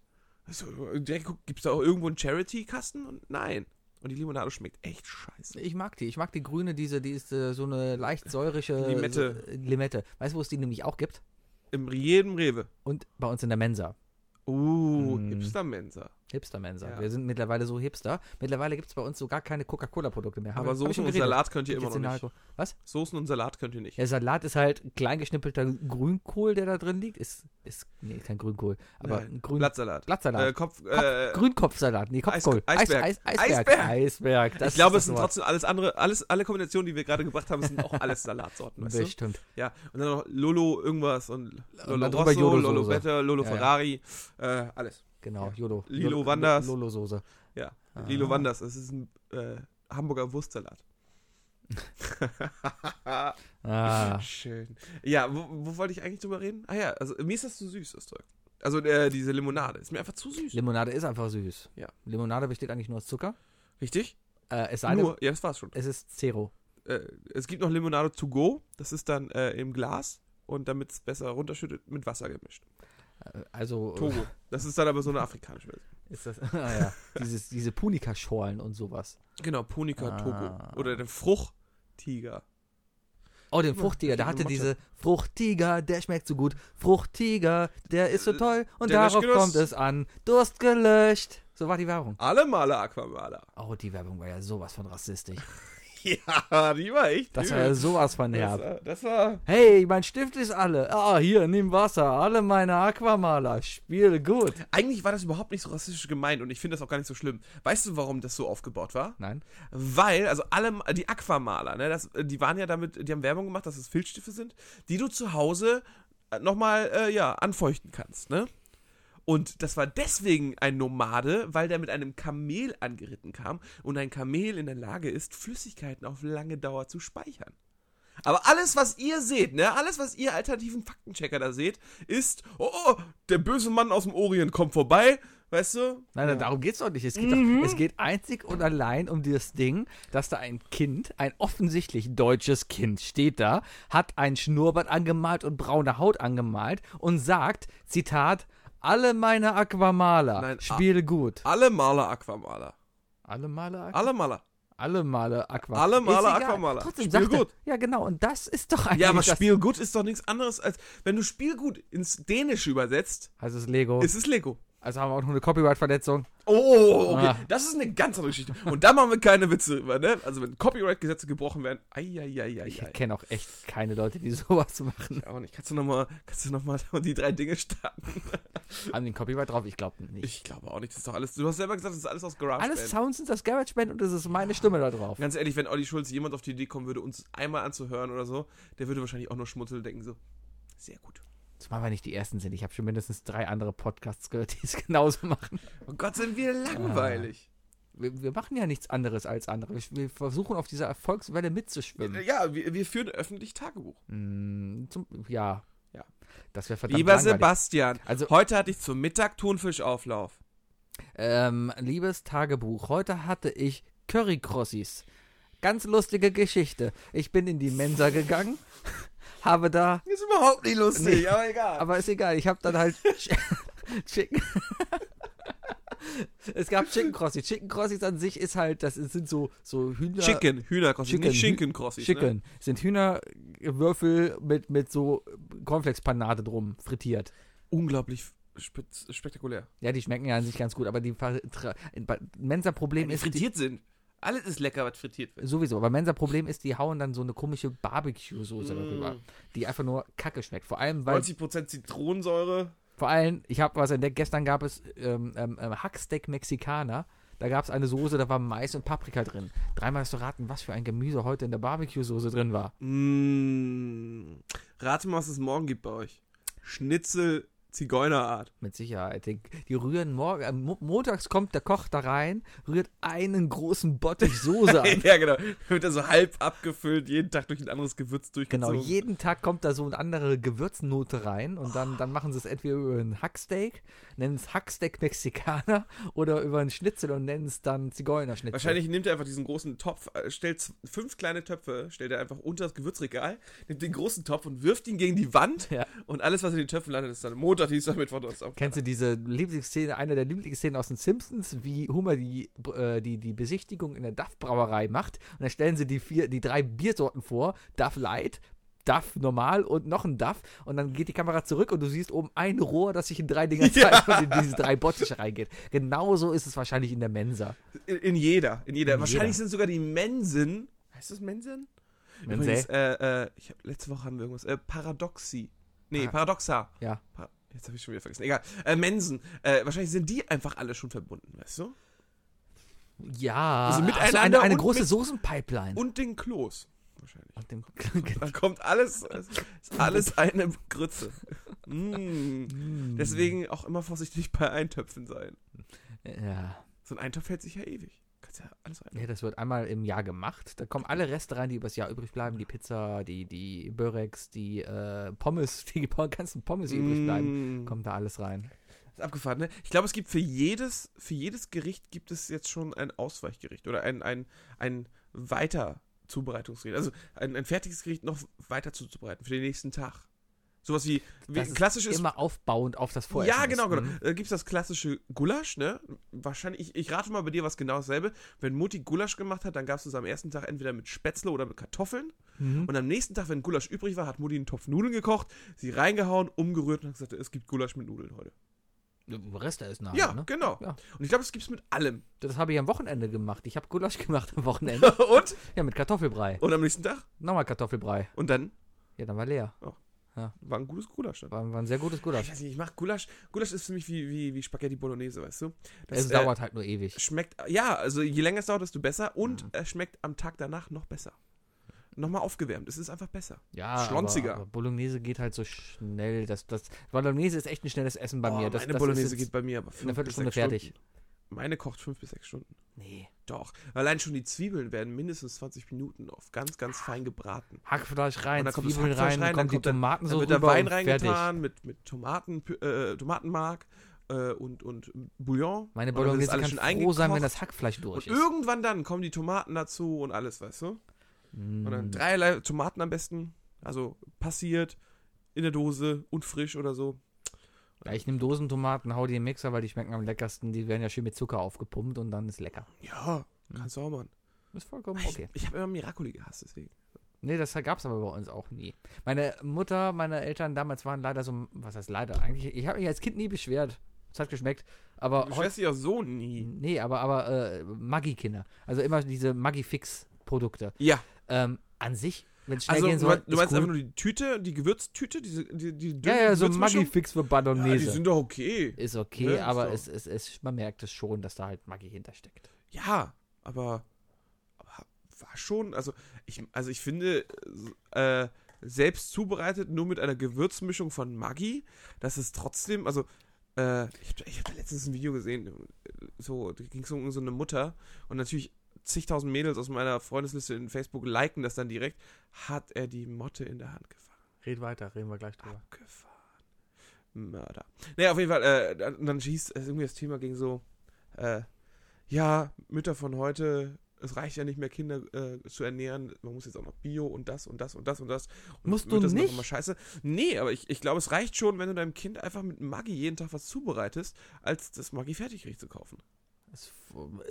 Also, direkt guck, gibt's da auch irgendwo einen Charity-Kasten? Und nein. Und die Limonade schmeckt echt scheiße.
Ich mag die. Ich mag die grüne, diese, die ist äh, so eine leicht säurische
Limette.
So, äh, Limette. Weißt du, wo es die nämlich auch gibt?
In jedem Rewe.
Und bei uns in der Mensa.
Uh,
Mm.
Hipster-Mensa.
Hipster-Mensa.
Ja.
Wir sind mittlerweile so Hipster. Mittlerweile gibt es bei uns so gar keine Coca-Cola-Produkte mehr. Haben
Aber
wir- hab ich
Soßen
schon
und
geredet.
Salat könnt ihr
Jetzt
immer
in der
noch nicht.
Alko- Was?
Soßen und Salat könnt ihr nicht.
Ja, Salat ist halt kleingeschnippelter Grünkohl, der da drin liegt. Ist, ist nee, kein Grünkohl, aber
Nein,
ein Grün,
Blattsalat.
Blattsalat.
Äh, Kopf,
Kopf,
äh,
Grünkopfsalat, nee,
Eis-
Kopfkohl. Eis-
Eisberg.
Eis- Eisberg.
Eisberg.
Eisberg. das
ich glaube,
ist
es sind
das
trotzdem alles andere, alles, alle Kombinationen, die wir gerade gebracht haben, sind auch alles Salatsorten,
Wort.
weißt du?
Bestimmt.
Ja, und dann noch Lolo irgendwas und Lolo
dann drüber
Rosso,
Jodelsoße.
Lolo Better, Lolo
Ja, ja.
Ferrari, äh, alles.
Genau, Jolo.
Lilo
Jolo-
Wanders.
Lolo-Soße.
Ja,
Ah.
Lilo Wanders, es ist ein äh, Hamburger Wurstsalat.
Ah.
Schön. Ja, wo, wo wollte ich eigentlich drüber reden? Ah ja, also mir ist das zu süß, das Zeug. Also äh, diese Limonade ist mir einfach zu süß.
Limonade ist einfach süß.
Ja.
Limonade besteht eigentlich nur aus Zucker.
Richtig?
Äh, es sei denn,
Nur, ja, das war's schon.
es ist Zero.
Äh, es gibt noch Limonade to go, das ist dann äh, im Glas und damit es besser runterschüttet, mit Wasser gemischt.
Äh, Also äh,
Togo. Das ist dann aber so eine afrikanische Version.
ist das. ah, ja. Dieses, diese Punika-Schorlen und sowas.
Genau, Punika
Ah.
Togo. Oder der Fruchttiger.
Oh, den
Ja,
Fruchtiger, der
die
hatte
Mathe.
diese Fruchtiger, der schmeckt so gut. Fruchtiger, der ist so toll und
Äh, Der
darauf
Löschgenuss.
kommt es an. Durst gelöscht. So war die Werbung.
Alle Male Aquamaler.
Oh, die Werbung war ja sowas von rassistisch.
Ja, die war echt.
Das
übel.
war ja sowas von
das,
herb.
war, das war.
Hey, mein Stift ist alle. Ah, hier, nimm Wasser. Alle meine Aquamaler. Spiel gut.
Eigentlich war das überhaupt nicht so rassistisch gemeint und ich finde das auch gar nicht so schlimm. Weißt du, warum das so aufgebaut war?
Nein.
Weil, also alle, die Aquamaler, ne, das, die waren ja damit, die haben Werbung gemacht, dass es Filzstifte sind, die du zu Hause nochmal, äh, ja, anfeuchten kannst, ne? Und das war deswegen ein Nomade, weil der mit einem Kamel angeritten kam und ein Kamel in der Lage ist, Flüssigkeiten auf lange Dauer zu speichern. Aber alles, was ihr seht, ne, alles, was ihr alternativen Faktenchecker da seht, ist, oh, oh der böse Mann aus dem Orient kommt vorbei, weißt du?
Nein, nein, darum geht's doch nicht. Es geht,
Mhm.
doch, es geht einzig und allein um dieses Ding, dass da ein Kind, ein offensichtlich deutsches Kind, steht da, hat ein Schnurrbart angemalt und braune Haut angemalt und sagt, Zitat, alle meine Aquamaler,
Nein,
spiel gut.
Alle Maler Aquamaler.
Alle Maler,
Alle Maler.
alle Maler Aquamaler.
Alle Maler Aquamaler.
Trotzdem
Spiel
sagt er,
gut.
Ja, genau. Und das ist doch eigentlich
Ja, aber
das.
Spielgut ist doch nichts anderes als, wenn du Spielgut ins Dänische übersetzt,
Heißt Also es Lego?
ist es Lego.
Also haben wir auch noch eine Copyright-Verletzung.
Oh, okay.
Ah.
Das ist eine ganz andere Geschichte. Und da machen wir keine Witze drüber, ne? Also wenn Copyright-Gesetze gebrochen werden,
Ich
eieieiei.
kenne auch echt keine Leute, die sowas machen.
Auch nicht. Kannst du nochmal, kannst du noch mal die drei Dinge starten?
Haben den Copyright drauf? Ich glaube nicht.
Ich glaube auch nicht, das ist doch alles. Du hast selber gesagt, das ist alles aus GarageBand.
Alles Sounds sind das GarageBand und es ist meine Stimme da drauf.
Ganz ehrlich, wenn Olli Schulz jemand auf die Idee kommen würde, uns einmal anzuhören oder so, der würde wahrscheinlich auch nur schmunzeln und denken so, sehr gut.
Zumal wir nicht die ersten sind. Ich habe schon mindestens drei andere Podcasts gehört, die es genauso machen.
Oh Gott, sind wir langweilig.
Wir, wir machen ja nichts anderes als andere. Wir, wir versuchen auf dieser Erfolgswelle mitzuschwimmen.
Ja, wir, wir führen öffentlich Tagebuch.
Mm, zum, ja.
Ja.
Das wäre verdammt
Lieber
langweilig.
Sebastian,
Also-
heute hatte ich zum Mittag Thunfischauflauf.
Ähm, liebes Tagebuch, heute hatte ich Currycrossis. Ganz lustige Geschichte. Ich bin in die Mensa gegangen, habe da,
Ist überhaupt nicht lustig,
Nee.
aber egal.
aber ist egal, ich habe dann halt Ch- Chicken. es gab Chicken Crossis. Chicken Crossis an sich ist halt, das sind so, so Hühner.
Chicken, ne? Hühnerkrossis,
Chicken,
nicht Schinkenkrossis.
Chicken. Sind Hühnerwürfel mit, mit so Cornflakes-Panade drum frittiert.
Ne? Unglaublich spitz, spektakulär.
Ja, die schmecken ja an sich ganz gut, aber die Ver- tra- bei- Mensa-Problem
Die
ist. Die,
frittiert sind. Alles ist lecker, was frittiert wird.
sowieso, aber Mensa-Problem ist, die hauen dann so eine komische Barbecue-Soße
Mm.
darüber, die einfach nur kacke schmeckt. Vor allem, weil.
90% Zitronensäure.
Vor allem, ich habe was entdeckt, gestern gab es ähm, ähm, ähm, Hacksteak Mexikaner. Da gab es eine Soße, da war Mais und Paprika drin. Dreimal hast du raten, was für ein Gemüse heute in der Barbecue-Soße drin war.
Mmh. Rate mal, was es morgen gibt bei euch. Schnitzel Zigeunerart.
Mit Sicherheit. Die, die rühren morgen, am Mo- montags kommt der Koch da rein, rührt einen großen Bottich Soße an.
ja, genau. Wird da so halb abgefüllt, jeden Tag durch ein anderes Gewürz
Genau,
durchgezogen.
jeden Tag kommt da so eine andere Gewürznote rein und dann, dann machen sie es entweder über ein Hacksteak, nennen es Hacksteak Mexikaner oder über ein Schnitzel und nennen es dann Zigeunerschnitzel.
Wahrscheinlich nimmt er einfach diesen großen Topf, äh, stellt z- fünf kleine Töpfe, stellt er einfach unter das Gewürzregal, nimmt den großen Topf und wirft ihn gegen die Wand
Ja.
und alles, was in den Töpfen landet, ist dann Montag, Dienstag, Mittwoch, Donnerstag.
Kennst du diese Lieblingsszene, eine der Lieblingsszenen aus den Simpsons, wie Homer die, äh, die, die Besichtigung in der Duff-Brauerei macht und dann stellen sie die, vier, die drei Biersorten vor, Duff Light, Duff Normal und noch ein Duff und dann geht die Kamera zurück und du siehst oben ein Rohr, das sich in drei Dinger zeigt und in diese drei Bottiche reingeht. Genauso ist es wahrscheinlich in der Mensa.
In, in jeder, in jeder.
In
Wahrscheinlich
jeder.
sind sogar die Mensen. Heißt das Mensen?
Mensa.
Übrigens, äh, äh, ich hab, letzte Woche haben wir irgendwas. Äh, Paradoxi. Nee,
Ah.
Paradoxa.
Ja.
Pa Jetzt habe ich schon wieder vergessen. Egal. Äh, Mensen. Äh, wahrscheinlich sind die einfach alle schon verbunden, weißt du?
Ja,
Also miteinander
also eine, eine
und
große
mit-
Soßenpipeline.
Und den Klos. Wahrscheinlich.
Und dem- genau.
Da kommt alles, ist alles eine Grütze. Mm. Deswegen auch immer vorsichtig bei Eintöpfen sein.
Hm. ja.
So ein Eintopf hält sich ja ewig. Kannst ja alles rein.
ja, das wird einmal im Jahr gemacht. Da kommen alle Reste rein, die übers Jahr übrig bleiben. Die Pizza, die, die Börex, die äh, Pommes, die po- ganzen Pommes, die übrig bleiben.
Mm.
Kommt da alles rein.
Ist abgefahren, ne? Ich glaube, es gibt für jedes, für jedes Gericht gibt es jetzt schon ein Ausweichgericht oder ein, ein, ein weiter Zubereitungsgericht. Also ein, ein fertiges Gericht noch weiter zuzubereiten für den nächsten Tag. Sowas wie, wie
Das
ein klassisches.
Immer aufbauend auf das Voressen.
ja,
ist.
genau, genau.
Mhm.
Äh, gibt's das klassische Gulasch, ne? Wahrscheinlich, ich, ich rate mal bei dir was genau dasselbe. Wenn Mutti Gulasch gemacht hat, dann gab's es am ersten Tag entweder mit Spätzle oder mit Kartoffeln.
Mhm.
Und am nächsten Tag, wenn Gulasch übrig war, hat Mutti einen Topf Nudeln gekocht, sie reingehauen, umgerührt und hat gesagt, es gibt Gulasch mit Nudeln heute.
Reste ist nachher,
Ja,
ne?
genau.
Ja.
Und ich glaube, es gibt's mit allem.
Das habe ich am Wochenende gemacht. Ich habe Gulasch gemacht am Wochenende.
und?
ja, mit Kartoffelbrei.
Und am nächsten Tag?
Nochmal Kartoffelbrei.
Und dann
Ja, dann war leer.
war ein gutes Gulasch dann.
War, war ein sehr gutes
Ich
Gulasch.
weiß nicht, ich mach Gulasch. Gulasch ist für mich wie, wie, wie Spaghetti Bolognese, weißt du? Das,
es dauert halt nur ewig.
Äh, schmeckt, ja, also je länger es dauert, desto besser. Und
Mhm.
es schmeckt am Tag danach noch besser. Nochmal aufgewärmt. Es ist einfach besser.
Ja,
schlonziger.
Aber, aber Bolognese geht halt so schnell. Das, das, Bolognese ist echt ein schnelles Essen bei
Oh,
mir. Das,
meine
das ist
Bolognese
jetzt
geht bei mir aber fünf
in einer
bis
Viertelstunde
sechs
fertig.
Stunden. Meine kocht fünf bis sechs Stunden.
Nee.
Doch. Allein schon die Zwiebeln werden mindestens 20 Minuten auf ganz, ganz fein gebraten.
Hackfleisch Ah. rein,
Und dann kommt das
Zwiebeln
Hackfleisch
rein, dann kommt die
dann-
Tomaten
dann
so
wird da
rüber
Wein
und fertig.
reingetan mit, mit Tomaten, äh, Tomatenmark äh, und, und Bouillon.
Meine
Und dann wird
Bolognese
das alles schon
kann froh sein, wenn
eingekocht.
das Hackfleisch durch
Und
ist.
irgendwann dann kommen die Tomaten dazu und alles, weißt du?
Hm.
Und
Mhm.
dann dreierlei Tomaten am besten. Also passiert, in der Dose und frisch oder so.
Ja, ich nehme Dosentomaten, hau die im Mixer, weil die schmecken am leckersten. Die werden ja schön mit Zucker aufgepumpt und dann ist lecker.
Ja, kannst du auch machen.
Ist vollkommen
Ich,
Mhm. okay.
ich habe immer Miracoli gehasst, deswegen.
Nee, das gab es aber bei uns auch nie. Meine Mutter, meine Eltern damals waren leider so, was heißt leider eigentlich? Ich habe mich als Kind nie beschwert. Es hat geschmeckt. Aber
Ich
Oh, heu- Mhm.
weiß ja so nie.
nee, aber, aber äh, Maggi-Kinder. Also immer diese Maggi-Fix-Produkte.
Ja,
Ähm, an sich, wenn es schnell
also
gehen
du
soll,
meinst, du meinst
ist
einfach
cool.
nur die Tüte, die Gewürztüte, diese, die, die
Ja, ja, so
Maggi.
Maggi-Fix für
Ja, die
Bolognese.
sind doch okay.
ist okay,
Ja, ist
aber
doch-
es, es, es, man merkt es schon, dass da halt Maggi hintersteckt.
Ja, aber, aber war schon, also ich, also ich finde, äh, selbst zubereitet, nur mit einer Gewürzmischung von Maggi, das ist trotzdem, also äh, ich habe ich hab da letztens ein Video gesehen, äh, so, da ging es um so eine Mutter und natürlich zigtausend Mädels aus meiner Freundesliste in Facebook liken das dann direkt, hat er die Motte in der Hand gefangen.
Red weiter, reden wir gleich drüber.
Abgefahren. Mörder. Naja, auf jeden Fall, äh, dann, dann hieß es irgendwie das Thema ging so, äh, ja, Mütter von heute, es reicht ja nicht mehr, Kinder äh, zu ernähren, man muss jetzt auch noch Bio und das und das und das und das. Und
Musst du
Mütter sind doch
nicht?
Immer scheiße. Nee, aber ich, ich glaube, es reicht schon, wenn du deinem Kind einfach mit Maggi jeden Tag was zubereitest, als das Maggi-Fertiggericht zu kaufen.
Ist,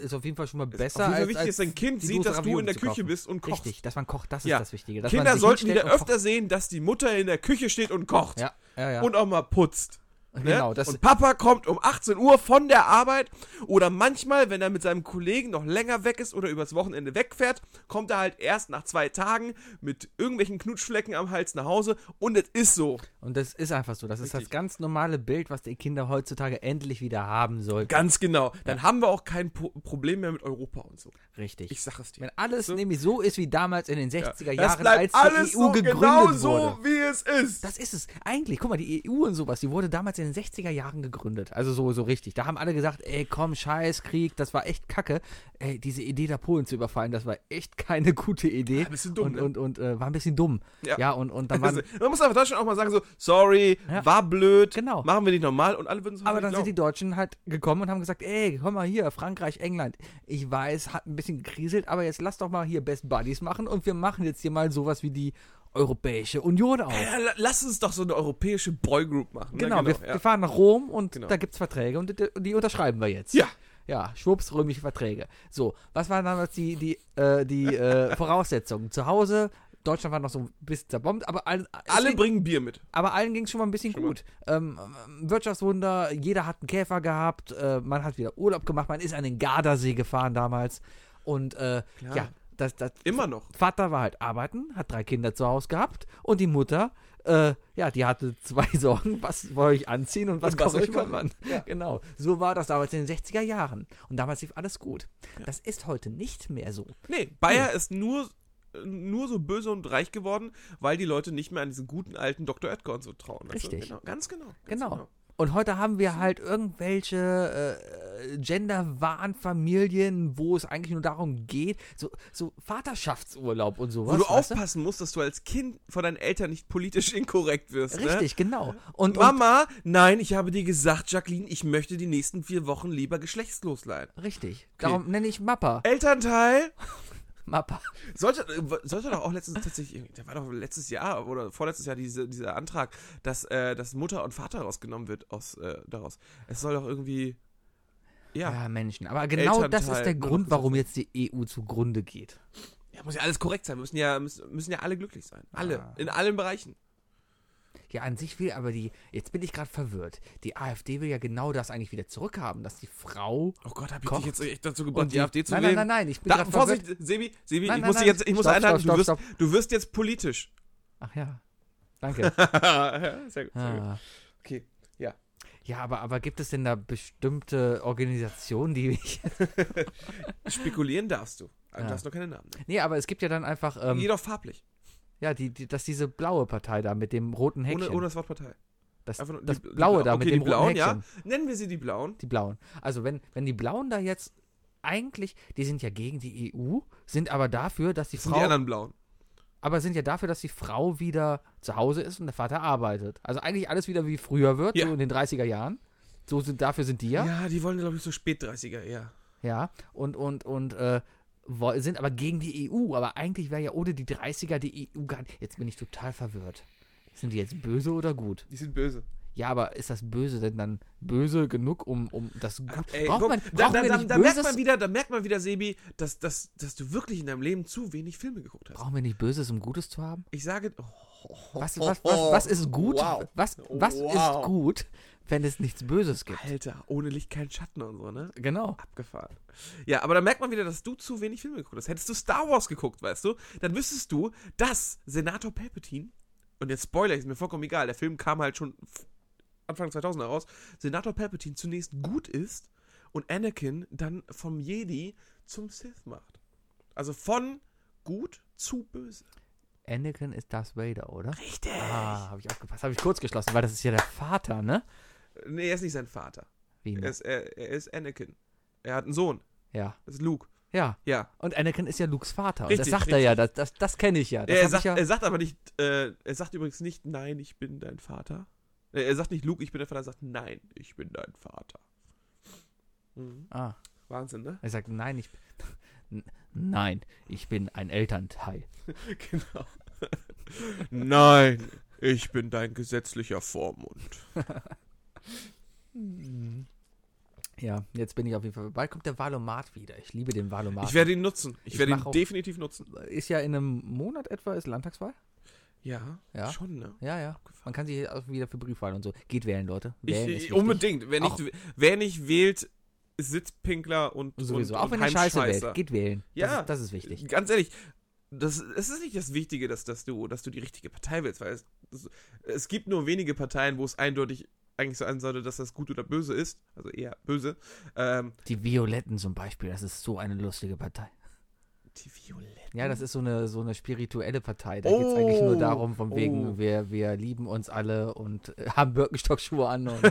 ist auf jeden Fall schon mal
Es
besser
ist auf jeden Fall
als,
wichtig,
als
dass dein Kind
die
sieht,
Dose
dass du
Ravioli
in der
zu
Küche
kaufen.
bist und kochst.
Richtig, dass man kocht, das ist
Ja.
das Wichtige. Dass man
Kinder
sich
sollten
hinstellt
wieder
und kocht.
öfter sehen, dass die Mutter in der Küche steht und kocht.
Ja, ja, ja.
und auch mal putzt. Ne?
Genau, das-
und Papa kommt um 18 Uhr von der Arbeit oder manchmal, wenn er mit seinem Kollegen noch länger weg ist oder übers Wochenende wegfährt, kommt er halt erst nach zwei Tagen mit irgendwelchen Knutschflecken am Hals nach Hause und es ist so.
Und das ist einfach so. Das ist das
Richtig.
ganz normale Bild, was die Kinder heutzutage endlich wieder haben sollten.
Ganz genau. Dann haben wir auch kein po Problem mehr mit Europa und so.
Richtig.
Ich sag es dir.
Wenn alles
So.
nämlich so ist wie damals in den 60er
das
Jahren,
bleibt
als die
alles
EU
so
E gegründet
genau so,
wurde.
wie es ist.
Das ist es. Eigentlich, guck mal, die EU und sowas, die wurde damals in den 60er Jahren gegründet. Also so, so richtig. Da haben alle gesagt, ey, komm, scheiß Krieg, das war echt kacke. Ey, diese Idee da Polen zu überfallen, das war echt keine gute Idee.
ein bisschen dumm,
Und,
ne?
und, und äh, war ein bisschen dumm. Ja,
Ja.
und, und dann waren,
Also, man muss einfach Deutschland auch mal sagen, so, sorry,
Ja.
war blöd,
Genau.
machen wir nicht normal und alle würden es
Aber dann sind
glauben.
die Deutschen halt gekommen und haben gesagt, ey, komm mal hier, Frankreich, England. Ich weiß, hat ein bisschen gekriselt, aber jetzt lass doch mal hier Best Buddies machen und wir machen jetzt hier mal sowas wie die Europäische Union auf.
ja, la- lass uns doch so eine europäische Boygroup machen.
Genau,
ne?
wir,
ja.
wir fahren nach Rom und
Genau.
da gibt's Verträge und die, die unterschreiben wir jetzt.
Ja.
Ja, schwupps, römische Verträge. So, was waren damals die, die, äh, die äh, Voraussetzungen? Zu Hause, Deutschland war noch so ein bisschen zerbombt, aber allen, äh,
Alle
es-
bringen Bier mit.
aber allen ging es schon mal ein bisschen gut. Ähm, Wirtschaftswunder, jeder hat einen Käfer gehabt, äh, man hat wieder Urlaub gemacht, man ist an den Gardasee gefahren damals. Und äh,
Klar.
ja, das, das
Immer noch.
Vater war halt arbeiten, hat drei Kinder zu Hause gehabt und die Mutter, äh, ja, die hatte zwei Sorgen, was wollte ich anziehen und was,
Und was
koche ich
soll ich
machen. Genau, so war das damals in den 60er Jahren. Und damals lief alles gut. Das ist heute nicht mehr so.
Nee, Bayer
Hm.
ist nur, nur so böse und reich geworden, weil die Leute nicht mehr an diesen guten alten Dr. Oetker und so trauen. weißt du?
Richtig.
Genau, ganz genau. Ganz
Genau. Und heute haben wir halt irgendwelche äh, Gender-Wahn-Familien, wo es eigentlich nur darum geht, so, so Vaterschaftsurlaub und sowas.
Wo du
weißt
aufpassen musst, dass du als Kind von deinen Eltern nicht politisch inkorrekt wirst. Ne?
Richtig, genau. Und, und
Mama, nein, ich habe dir gesagt, Jacqueline, ich möchte die nächsten vier Wochen lieber geschlechtslos bleiben.
richtig. Darum nenne ich Mappa.
Elternteil,
Mappa.
Sollte, äh, sollte doch auch letztens tatsächlich, irgendwie- da war doch letztes Jahr oder vorletztes Jahr diese, dieser Antrag, dass, äh, dass Mutter und Vater rausgenommen wird aus, äh, daraus. Es soll doch irgendwie, ja,
Ja, Menschen. Aber genau das ist
Elternteil-
der Grund, warum jetzt die EU zugrunde geht.
ja, muss ja alles korrekt sein, müssen ja, müssen, müssen ja alle glücklich sein. Alle,
Ah.
in allen Bereichen.
Ja, an sich will aber die, jetzt bin ich gerade verwirrt, die AfD will ja genau das eigentlich wieder zurückhaben, dass die Frau
Oh Gott, hab ich
Kocht.
dich jetzt echt dazu gebracht,
Und
Um die,
die-
AfD zu
Nein, nein,
wählen?
nein, nein, ich bin
da,
grad
Vorsicht, Sebi, Sebi,
Nein,
ich
nein,
muss dich
nein.
jetzt, ich muss
Stopp,
einhalten,
stopp,
du, wirst,
stopp,
du wirst jetzt politisch.
Ach ja, danke.
Ja, sehr gut, sehr gut.
Ah.
Okay, ja.
Ja, aber, aber gibt es denn da bestimmte Organisationen, die ich.
Spekulieren darfst du. Also, Du
Ja.
darfst noch keine Namen. nennen.
Nee, aber es gibt ja dann einfach. Ähm,
Jedoch farblich.
ja, die, die, dass diese blaue Partei da mit dem roten Häkchen.
Ohne, ohne das Wort Partei.
das,
Einfach nur
das
die- die
blaue da
Blau-
mit
okay,
dem
die
roten
Blauen, ja.
Häkchen.
Nennen wir sie die Blauen.
Die blauen. Also, wenn, wenn die blauen da jetzt. Eigentlich, die sind ja gegen die EU, sind aber dafür, dass die
Das sind
Frau.
die anderen Blauen.
aber sind ja dafür, dass die Frau wieder zu Hause ist und der Vater arbeitet. Also eigentlich alles wieder wie früher wird,
Ja.
so in den 30er Jahren. So sind, dafür sind die ja.
Ja, die wollen, glaube ich, so spät 30er, ja.
Ja, und, und, und äh, wo- sind aber gegen die EU. Aber eigentlich wäre ja ohne die 30er die EU gar nicht. Jetzt bin ich total verwirrt. Sind die jetzt böse oder gut?
Die sind böse.
Ja, aber ist das Böse denn dann böse genug, um, um das gut?
Ey,
braucht
guck,
man,
da,
brauchen
da,
wir
da,
nicht
da merkt man
Böses?
wieder, da merkt man wieder, Sebi, dass, dass, dass du wirklich in deinem Leben zu wenig Filme geguckt hast.
Brauchen wir nicht Böses, um Gutes zu haben?
Ich sage, oh,
Was, was, was, was ist gut?
Wow.
Was, was
Wow.
ist gut, wenn es nichts Böses gibt?
Alter, ohne Licht kein Schatten und so, ne?
Genau.
Abgefahren. Ja, aber da merkt man wieder, dass du zu wenig Filme geguckt hast. Hättest du Star Wars geguckt, weißt du, dann wüsstest du, dass Senator Palpatine, und jetzt Spoiler, ist mir vollkommen egal, der Film kam halt schon f- Anfang 2000 heraus, Senator Palpatine zunächst gut ist und Anakin dann vom Jedi zum Sith macht. Also von gut zu böse.
Anakin ist Darth Vader, oder?
Richtig.
Ah, habe ich aufgepasst. Habe ich kurz geschlossen, weil das ist ja der Vater, ne?
Äh, Nee, er ist nicht sein Vater.
Wie?
Er ist, er, er ist Anakin. Er hat einen Sohn.
Ja.
Das ist Luke.
Ja.
Ja.
Und Anakin ist ja Lukes Vater. Und das
Richtig,
sagt er ja, das, das, das kenne ich ja. Das
er,
hab ich
sagt,
ja.
er sagt aber nicht, äh, er sagt übrigens nicht, nein, ich bin dein Vater. Äh, Er sagt nicht, Luke, ich bin dein Vater, er sagt, nein, ich bin dein Vater. Mhm.
Ah,
Wahnsinn, ne?
er sagt, nein, ich. N- Nein, ich bin ein Elternteil.
genau. nein, ich bin dein gesetzlicher Vormund.
Ja, jetzt bin ich auf jeden Fall. Bald kommt der Valomat wieder. Ich liebe den Valomat.
Ich werde ihn nutzen. Ich,
Ich
werde
mach
ihn
auch-
definitiv nutzen.
ist ja in einem Monat etwa, ist Landtagswahl?
Ja,
Ja.
schon, ne?
Ja, ja. Man kann sich auch wieder für Briefwahlen und so. Geht wählen, Leute. Wählen ist
Ich,
wichtig.
unbedingt. Wer
Auch-
nicht, wer nicht wählt, ist Sitzpinkler und
Sowieso.
Und,
auch
und
wenn ihr Scheiße
Heimscheißer.
wählt, geht wählen. Das
Ja.
ist, das ist wichtig.
Ganz ehrlich, das, es ist nicht das Wichtige, dass, dass, du, dass du die richtige Partei wählst, weil es, es, es gibt nur wenige Parteien, wo es eindeutig eigentlich sein sollte, dass das gut oder böse ist. Also eher böse. Ähm,
Die Violetten zum Beispiel, das ist so eine lustige Partei.
die Violette.
Ja, das ist so eine, so eine spirituelle Partei. Da
Oh,
geht es eigentlich nur darum, von
oh.
wegen, wir, wir lieben uns alle und äh, haben Birkenstockschuhe an. Und,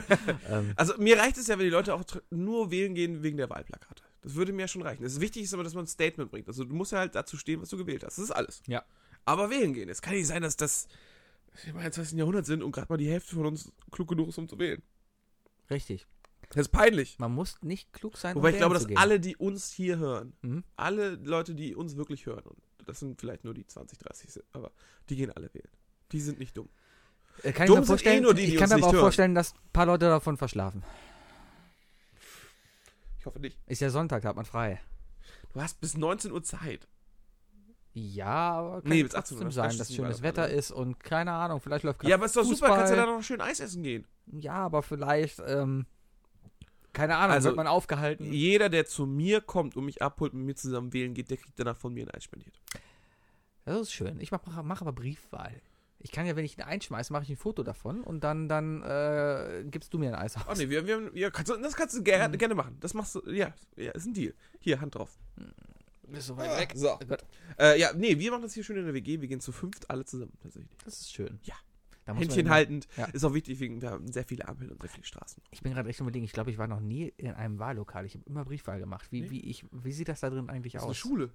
ähm,
Also mir reicht es ja, wenn die Leute auch tr- nur wählen gehen wegen der Wahlplakate. Das würde mir ja schon reichen. Das Wichtige ist aber, dass man ein Statement bringt. Also du musst ja halt dazu stehen, was du gewählt hast. Das ist alles.
Ja.
Aber wählen gehen. Es kann nicht sein, dass das dass wir im 21. Jahrhundert sind und gerade mal die Hälfte von uns klug genug ist, um zu wählen.
richtig.
Das ist peinlich.
Man muss nicht klug sein, um
Wobei ich
wählen
glaube,
zu
dass
gehen.
alle, die uns hier hören,
Mhm.
alle Leute, die uns wirklich hören, und das sind vielleicht nur die 20, 30, sind, aber die gehen alle wählen. Die sind nicht dumm.
Äh, kann
dumm
ich
sind eh
mir vorstellen,
nur die, die
ich kann
uns
mir aber
nicht
auch
hören.
vorstellen, dass ein paar Leute davon verschlafen.
Ich hoffe nicht.
Ist ja Sonntag, da hat man frei.
Du hast bis 19 Uhr Zeit.
Ja, aber kann
Nee,
nee,
bis 18 Uhr,
trotzdem
das
sein,
ist
dass
super,
schönes
das
Wetter
war das.
ist und keine Ahnung, vielleicht läuft
ja, aber ist doch super,
Fußball.
kannst du da noch schön Eis essen gehen.
Ja, aber vielleicht, ähm, keine Ahnung,
Also,
wird man aufgehalten.
Jeder, der zu mir kommt und mich abholt und mit mir zusammen wählen geht, der kriegt danach von mir ein Eis spendiert.
Das ist schön. Ich mache mach aber Briefwahl. Ich kann ja, wenn ich ihn einschmeiße, mache ich ein Foto davon und dann, dann äh, gibst du mir ein Eis
Oh
aus.
nee, wir, wir, ja, kannst, du- das kannst du
Mhm.
gerne, gerne machen. Das machst du, ja, ja, ist ein Deal. Hier, Hand drauf.
Bist so weit weg.
So.
Oh Gott,
Äh, ja, nee, wir machen das hier schön in der WG. Wir gehen zu fünft alle zusammen tatsächlich.
das ist schön.
Ja.
Da muss man
Händchen
immer-
haltend.
Ja.
Ist auch wichtig, wegen, wir haben sehr viele Ampeln und sehr viele Straßen.
Ich bin gerade echt am überlegen. Ich glaube, ich war noch nie in einem Wahllokal. Ich habe immer Briefwahl gemacht. Wie,
Nee.
wie, ich, wie sieht das da drin eigentlich
Das ist eine
aus?
Schule.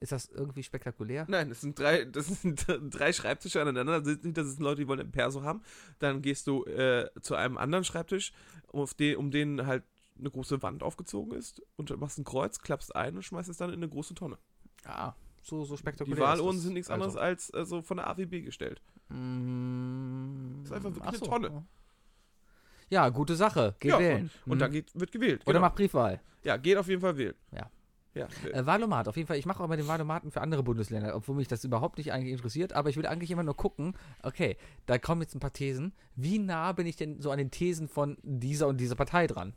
Ist das irgendwie spektakulär?
Nein, das sind drei, das sind drei Schreibtische aneinander. Da sitzen- Da sitzen Leute, die wollen ein Perso haben. Dann gehst du äh, zu einem anderen Schreibtisch, auf den, um den halt eine große Wand aufgezogen ist und machst ein Kreuz, klappst ein und schmeißt es dann in eine große Tonne.
Ah, so, so spektakulär. Also,
Die Wahlurnen sind nichts anderes als äh, so von der AWB gestellt.
Mm,
Ist einfach wirklich
ach
eine
so.
Tonne.
Ja, gute Sache. Geht
Ja,
wählen.
Und
Mhm.
dann geht, wird gewählt.
Oder
genau.
macht Briefwahl.
ja, geht auf jeden Fall wählen.
Ja.
Ja,
Äh, Wahlomat, auf jeden Fall. Ich mache auch immer den Wahlomaten für andere Bundesländer, obwohl mich das überhaupt nicht eigentlich interessiert. Aber ich will eigentlich immer nur gucken, okay, da kommen jetzt ein paar Thesen. Wie nah bin ich denn so an den Thesen von dieser und dieser Partei dran?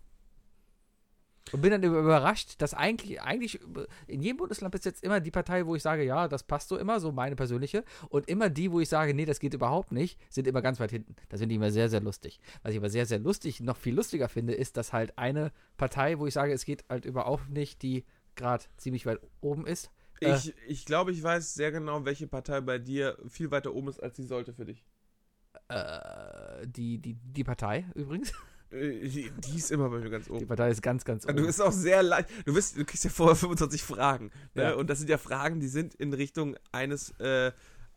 Und bin dann über- überrascht, dass eigentlich, eigentlich äh, in jedem Bundesland bis jetzt immer die Partei, wo ich sage, ja, das passt so immer, so meine persönliche. Und immer die, wo ich sage, nee, das geht überhaupt nicht, sind immer ganz weit hinten. Das finde ich immer sehr, sehr lustig. Was ich aber sehr, sehr lustig, noch viel lustiger finde, ist, dass halt eine Partei, wo ich sage, es geht halt überhaupt nicht, die gerade ziemlich weit oben ist. Äh.
Ich, ich glaube, ich weiß sehr genau, welche Partei bei dir viel weiter oben ist, als sie sollte für dich.
Äh, die, die, die Partei übrigens.
Äh, Die die ist immer bei mir ganz
Die
oben.
Partei ist ganz, ganz
Oh. Du
oben.
bist auch sehr leicht. Du, bist, du kriegst ja vorher 25 Fragen. Ne?
Ja.
Und das sind ja Fragen, die sind in Richtung eines, äh,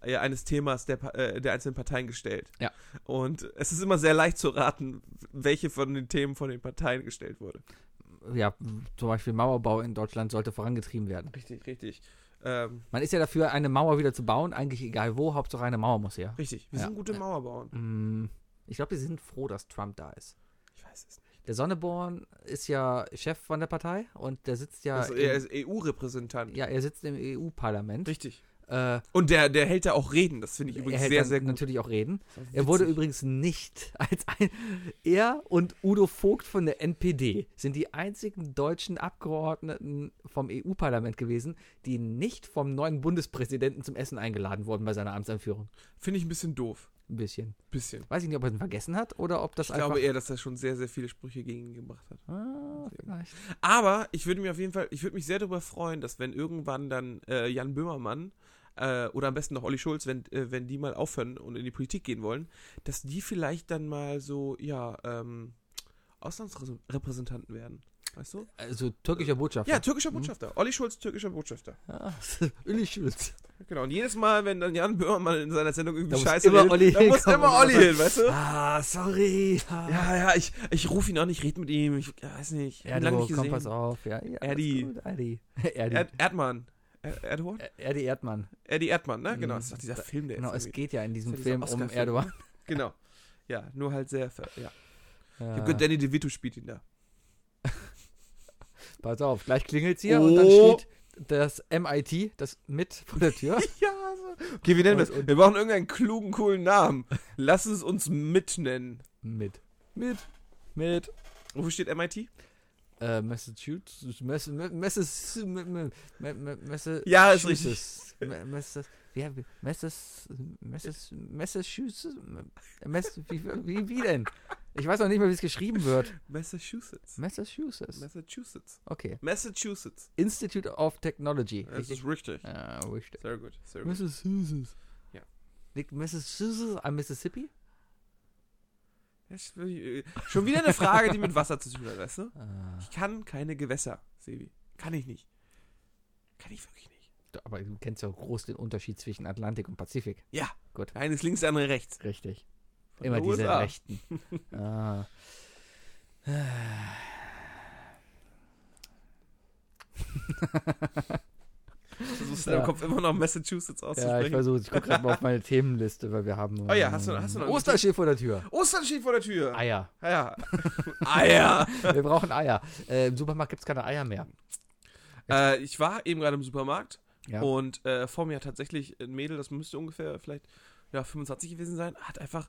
ja, eines Themas der, Pa- äh, der einzelnen Parteien gestellt.
Ja.
Und es ist immer sehr leicht zu raten, welche von den Themen von den Parteien gestellt wurde.
Ja, zum Beispiel Mauerbau in Deutschland sollte vorangetrieben werden.
Richtig, richtig. Ähm,
Man ist ja dafür, eine Mauer wieder zu bauen, eigentlich egal wo, Hauptsache eine Mauer muss her.
richtig. Wir
Ja.
sind gute Mauerbauern.
Mm, Ich glaube, die sind froh, dass Trump da ist.
Ich weiß es nicht.
Der Sonneborn ist ja Chef von der Partei und der sitzt ja.
Also, er
im-
ist EU-Repräsentant.
ja, er sitzt im EU-Parlament.
Richtig.
E Äh,
Und der, der hält da auch Reden, das finde ich übrigens
hält
sehr,
dann
sehr gut.
natürlich auch reden. Er wurde übrigens nicht als ein. Er und Udo Vogt von der NPD sind die einzigen deutschen Abgeordneten vom EU-Parlament gewesen, die nicht vom neuen Bundespräsidenten zum Essen eingeladen wurden bei seiner Amtsanführung.
Finde ich ein bisschen doof.
Ein bisschen.
Bisschen.
Weiß ich nicht, ob er ihn vergessen hat oder ob das
Ich
einfach.
glaube eher, dass er schon sehr, sehr viele Sprüche gegen ihn gebracht hat.
ah, vielleicht.
Aber ich würde mir auf jeden Fall, ich würde mich sehr darüber freuen, dass wenn irgendwann dann äh, Jan Böhmermann äh, oder am besten noch Olli Schulz, wenn, äh, wenn die mal aufhören und in die Politik gehen wollen, dass die vielleicht dann mal so, ja, ähm, Auslandsrepräsentanten werden. Weißt du?
Also türkischer Botschafter.
Ja, türkischer Botschafter. Olli Schulz, türkischer Botschafter.
Ah, Uli Schulz.
Genau. Und jedes Mal, wenn dann Jan Böhmermann in seiner Sendung irgendwie
Da muss
scheiße
immer
redet,
Olli
da muss
hinkommen.
immer Olli hin, weißt du?
Ah, sorry. Ja,
Ja, ja, ich, ich rufe ihn an, ich rede mit ihm, ich weiß nicht. Ja, lange
du,
nicht
komm,
gesehen.
pass auf. Ja, ja,
Erdi.
alles gut, Erdi. Erdi.
Erd, Erdmann. Er, Erdogan?
Er- Erdi Erdmann.
Eddie Erdmann, ne? Genau,
Mhm.
das ist doch dieser Film, der
Genau,
jetzt
es
irgendwie-
geht ja in diesem
ist ja
Film
dieser
um
Oscar-Film,
Erdogan.
Genau. Ja, nur halt sehr. ver- Ja. Ich hab
Ja,
gehört, Danny DeVito spielt ihn da.
pass auf, gleich klingelt's hier und dann
Oh.
steht das MIT, das mit vor der Tür.
Ja, so. Okay, wie nennen wir
Und-
das? Wir brauchen irgendeinen klugen, coolen Namen. Lass es uns mit nennen.
mit. Mit. Mit.
Wofür steht MIT?
Äh, Massachusetts. Mess, Mess, Mess, Mess, Mess,
Ja, ist
Massachusetts. Me- Mess, ja, wie- Mess, Mess, Massachusetts. Mess, wie, wie, wie denn? Ich weiß noch nicht mal, wie es geschrieben wird.
Massachusetts.
Massachusetts.
Massachusetts.
Okay.
Massachusetts.
Institute of Technology.
Das
Richtig.
ist richtig.
Ah, richtig.
Sehr gut. Sehr gut.
Massachusetts.
Ja.
Liegt Massachusetts am Mississippi?
Das will ich- äh, Schon wieder eine Frage, die mit Wasser zu tun hat, weißt du?
Ah.
Ich kann keine Gewässer, Sebi. Kann ich nicht. Kann ich wirklich nicht.
Aber du kennst ja groß den Unterschied zwischen Atlantik und Pazifik.
Ja.
Gut.
Der eine ist links, der andere rechts.
Richtig.
Von
Immer
der
diese
USA.
Rechten. ah.
Du versuchst in deinem
Ja.
Kopf immer noch Massachusetts
Ja, ich
auszusprechen.
versuche Ich gucke gerade mal auf meine Themenliste, weil wir haben.
Oh ja, hast du- hast du noch-
Osterschiff vor der Tür.
Ostern steht vor der Tür.
Eier.
Ja. Ah, Eier.
Wir brauchen Eier. Äh, Im Supermarkt gibt es keine Eier mehr.
äh, ich war eben gerade im Supermarkt
Ja.
und äh, vor mir hat tatsächlich ein Mädel, das müsste ungefähr vielleicht ja, 25 gewesen sein, hat einfach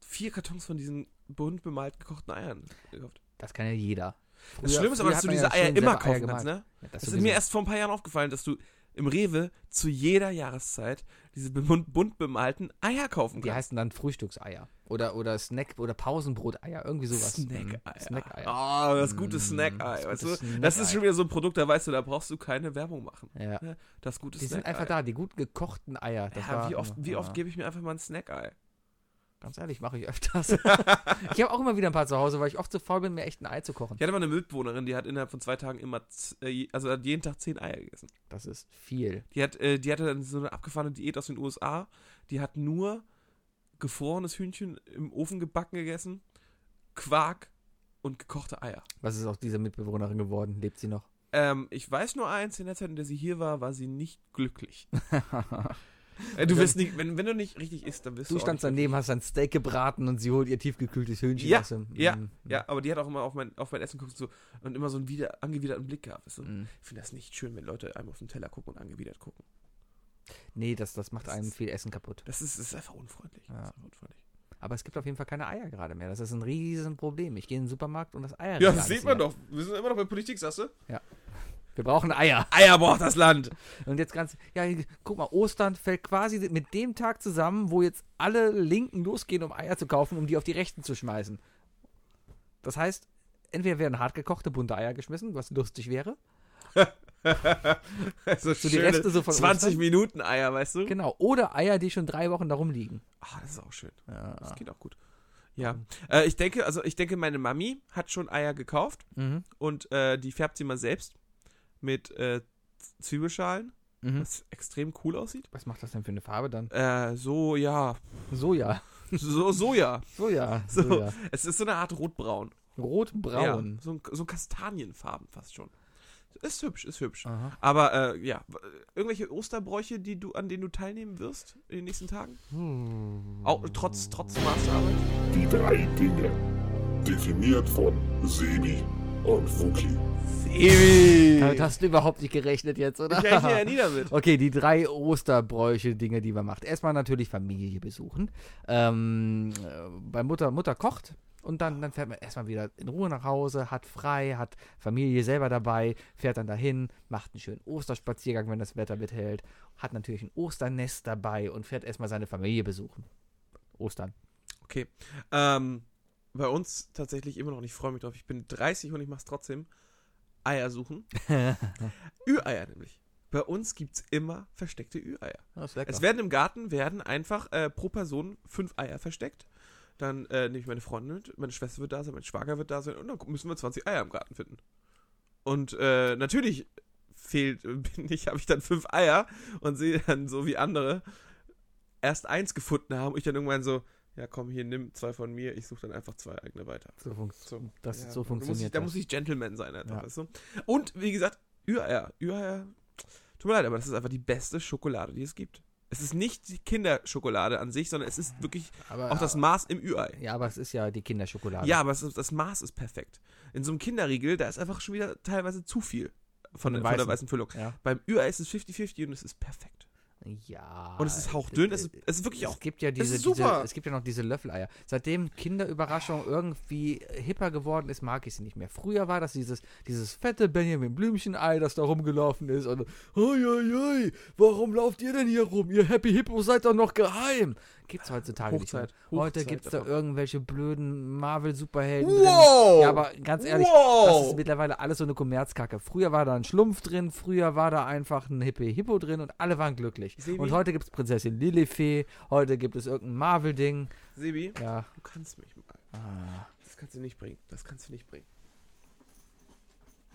vier Kartons von diesen bunt bemalt gekochten Eiern gekauft.
Das kann ja jeder.
Das
Früher-
Schlimme ist aber,
früher
dass
hat
du
man
diese
ja
Eier
schon
immer
selber
kaufen kannst,
gemalt.
ne?
Ja,
Das ist mir erst vor ein paar Jahren aufgefallen, dass du im Rewe zu jeder Jahreszeit diese be- bunt, bunt bemalten Eier kaufen
Die
kannst.
heißen dann Frühstückseier. Oder, oder Snack- oder Pausenbroteier. Irgendwie sowas.
Snack-Eier.
Mhm. Snack-Eier.
Ah, das gute
Mm,
Snack-Ei,
das
weißt du?
gute
Das ist
Snack-Ei.
schon wieder so ein Produkt, da weißt du, da brauchst du keine Werbung machen.
Ja.
Ne? Das gute
Die sind
Snack-Ei.
einfach da, die gut gekochten Eier. Das
ja,
war-
wie oft, wie
ja.
oft gebe ich mir einfach mal ein Snack-Ei?
Ganz ehrlich, mache ich öfters. ich habe auch immer wieder ein paar zu Hause, weil ich oft zu faul bin, mir echt ein Ei zu kochen.
Ich hatte mal eine Mitbewohnerin, die hat innerhalb von zwei Tagen immer, z- äh, je- also hat jeden Tag zehn Eier gegessen.
Das ist viel.
Die, hat, äh, die hatte dann so eine abgefahrene Diät aus den USA. Die hat nur gefrorenes Hühnchen im Ofen gebacken gegessen, Quark und gekochte Eier.
Was ist aus dieser Mitbewohnerin geworden? Lebt sie noch?
Ähm, ich weiß nur eins, in der Zeit, in der sie hier war, war sie nicht glücklich. Äh, du wirst nicht, wenn, wenn du nicht richtig isst, dann wirst du.
Du
auch
standst
nicht
daneben, hast ein Steak gebraten und sie holt ihr tiefgekühltes Hühnchen
Ja,
aus dem.
ja,
Mm,
glücklich. Ja, aber die hat auch immer auf mein, auf mein Essen geguckt so, und immer so einen wieder, angewiderten Blick gehabt. Weißt du?
mm.
Ich finde das nicht schön, wenn Leute einem auf den Teller gucken und angewidert gucken.
Nee, das, das macht
Das
einem
ist-
viel Essen kaputt.
Das ist, das ist einfach unfreundlich.
Ja.
Das ist einfach unfreundlich.
Aber es gibt auf jeden Fall keine Eier gerade mehr. Das ist ein Riesenproblem. Ich gehe in den Supermarkt und das Eier
Ja, das sieht man doch. Wir sind immer noch bei Politik, sagst du?
Wir brauchen Eier.
Eier braucht das Land.
Und jetzt ganz, ja, guck mal, Ostern fällt quasi mit dem Tag zusammen, wo jetzt alle Linken losgehen, um Eier zu kaufen, um die auf die Rechten zu schmeißen. Das heißt, entweder werden hart gekochte bunte Eier geschmissen, was lustig wäre.
Also
So die Reste so von
20
Ostern?
Minuten Eier, weißt du?
Genau. Oder Eier, die schon drei Wochen da rumliegen.
Ah, das ist auch schön. Das
Ja. Mhm.
geht auch gut. Ja, äh, ich denke, also ich denke, meine Mami hat schon Eier gekauft
Mhm.
und äh, die färbt sie mal selbst mit äh, Zwiebelschalen,
Mhm.
was extrem cool aussieht.
Was macht das denn für eine Farbe dann?
Äh, so ja,
Soja.
so Soja.
Soja.
So.
Soja.
Es ist so eine Art rotbraun.
Rotbraun.
Ja, so, ein- so Kastanienfarben fast schon. Ist hübsch, ist hübsch.
Aha.
Aber äh, ja, w- irgendwelche Osterbräuche, die du, an denen du teilnehmen wirst in den nächsten Tagen?
Hm.
Auch trotz, trotz Masterarbeit?
Die drei Dinge. Definiert von Sebi und Wookie.
Damit hast du überhaupt nicht gerechnet jetzt, oder?
Ich rechne ja nie damit.
Okay, die drei Osterbräuche, Dinge, die man macht. Erstmal natürlich Familie besuchen. Ähm, äh, bei Mutter, Mutter kocht und dann, dann fährt man erstmal wieder in Ruhe nach Hause, hat frei, hat Familie selber dabei, fährt dann dahin, macht einen schönen Osterspaziergang, wenn das Wetter mithält, hat natürlich ein Osternest dabei und fährt erstmal seine Familie besuchen. Ostern.
Okay. Ähm, bei uns tatsächlich immer noch, nicht. ich freue mich drauf. Ich bin 30 und ich mach's trotzdem. Eier suchen. Ü-Eier nämlich. Bei uns gibt's immer versteckte Ü-Eier.
Das ist
Es werden im Garten werden einfach äh, pro Person fünf Eier versteckt. Dann äh, nehme ich meine Freundin mit, meine Schwester wird da sein, mein Schwager wird da sein und dann müssen wir 20 Eier im Garten finden. Und äh, natürlich fehlt, bin ich, habe ich dann fünf Eier und sehe dann so wie andere erst eins gefunden haben und ich dann irgendwann so, ja komm, hier nimm zwei von mir, ich suche dann einfach zwei eigene weiter.
so, funkt-
So,
das,
ja,
so
da muss ich-
funktioniert
Da
das.
muss ich Gentleman sein, einfach,
Ja.
weißt du? Und wie gesagt, Ü-Eier. Ü-Eier. Tut mir leid, aber das ist einfach die beste Schokolade, die es gibt. Es ist nicht die Kinderschokolade an sich, sondern es ist wirklich
aber,
auch das Maß im Ü-Ei.
Ah. ja, aber es ist ja die Kinderschokolade.
Ja, aber es ist, das Maß ist perfekt. In so einem Kinderriegel, da ist einfach schon wieder teilweise zu viel von,
dem
der- von der
Weißen.
weißen Füllung.
Ja.
Beim Ü-Ei ist es 50-50 und es ist perfekt.
Ja.
Und es ist hauchdünn, es ist,
äh,
es ist wirklich
Es
auch.
gibt ja diese,
ist super.
diese, es gibt ja noch diese Löffeleier. Seitdem Kinderüberraschung irgendwie hipper geworden ist, mag ich sie nicht mehr. Früher war das dieses, dieses fette Benjamin Blümchen-Ei, das da rumgelaufen ist und oi, oi, oi, warum lauft ihr denn hier rum? Ihr Happy Hippos seid doch noch geheim. Gibt's heutzutage
Hochzeit,
nicht mehr. Heute
Hochzeit
gibt's da
davon.
irgendwelche blöden Marvel-Superhelden
Wow!
drin. Ja, aber ganz ehrlich, das
Wow!
ist mittlerweile alles so eine Kommerzkacke. Früher war da ein Schlumpf drin, früher war da einfach ein Hippie Hippo drin und alle waren glücklich.
Sebi?
Und heute gibt es Prinzessin Lilifee, heute gibt es irgendein Marvel-Ding.
Sebi,
Ja. Ah.
du kannst mich mal. Das kannst du nicht bringen. Das kannst du nicht bringen.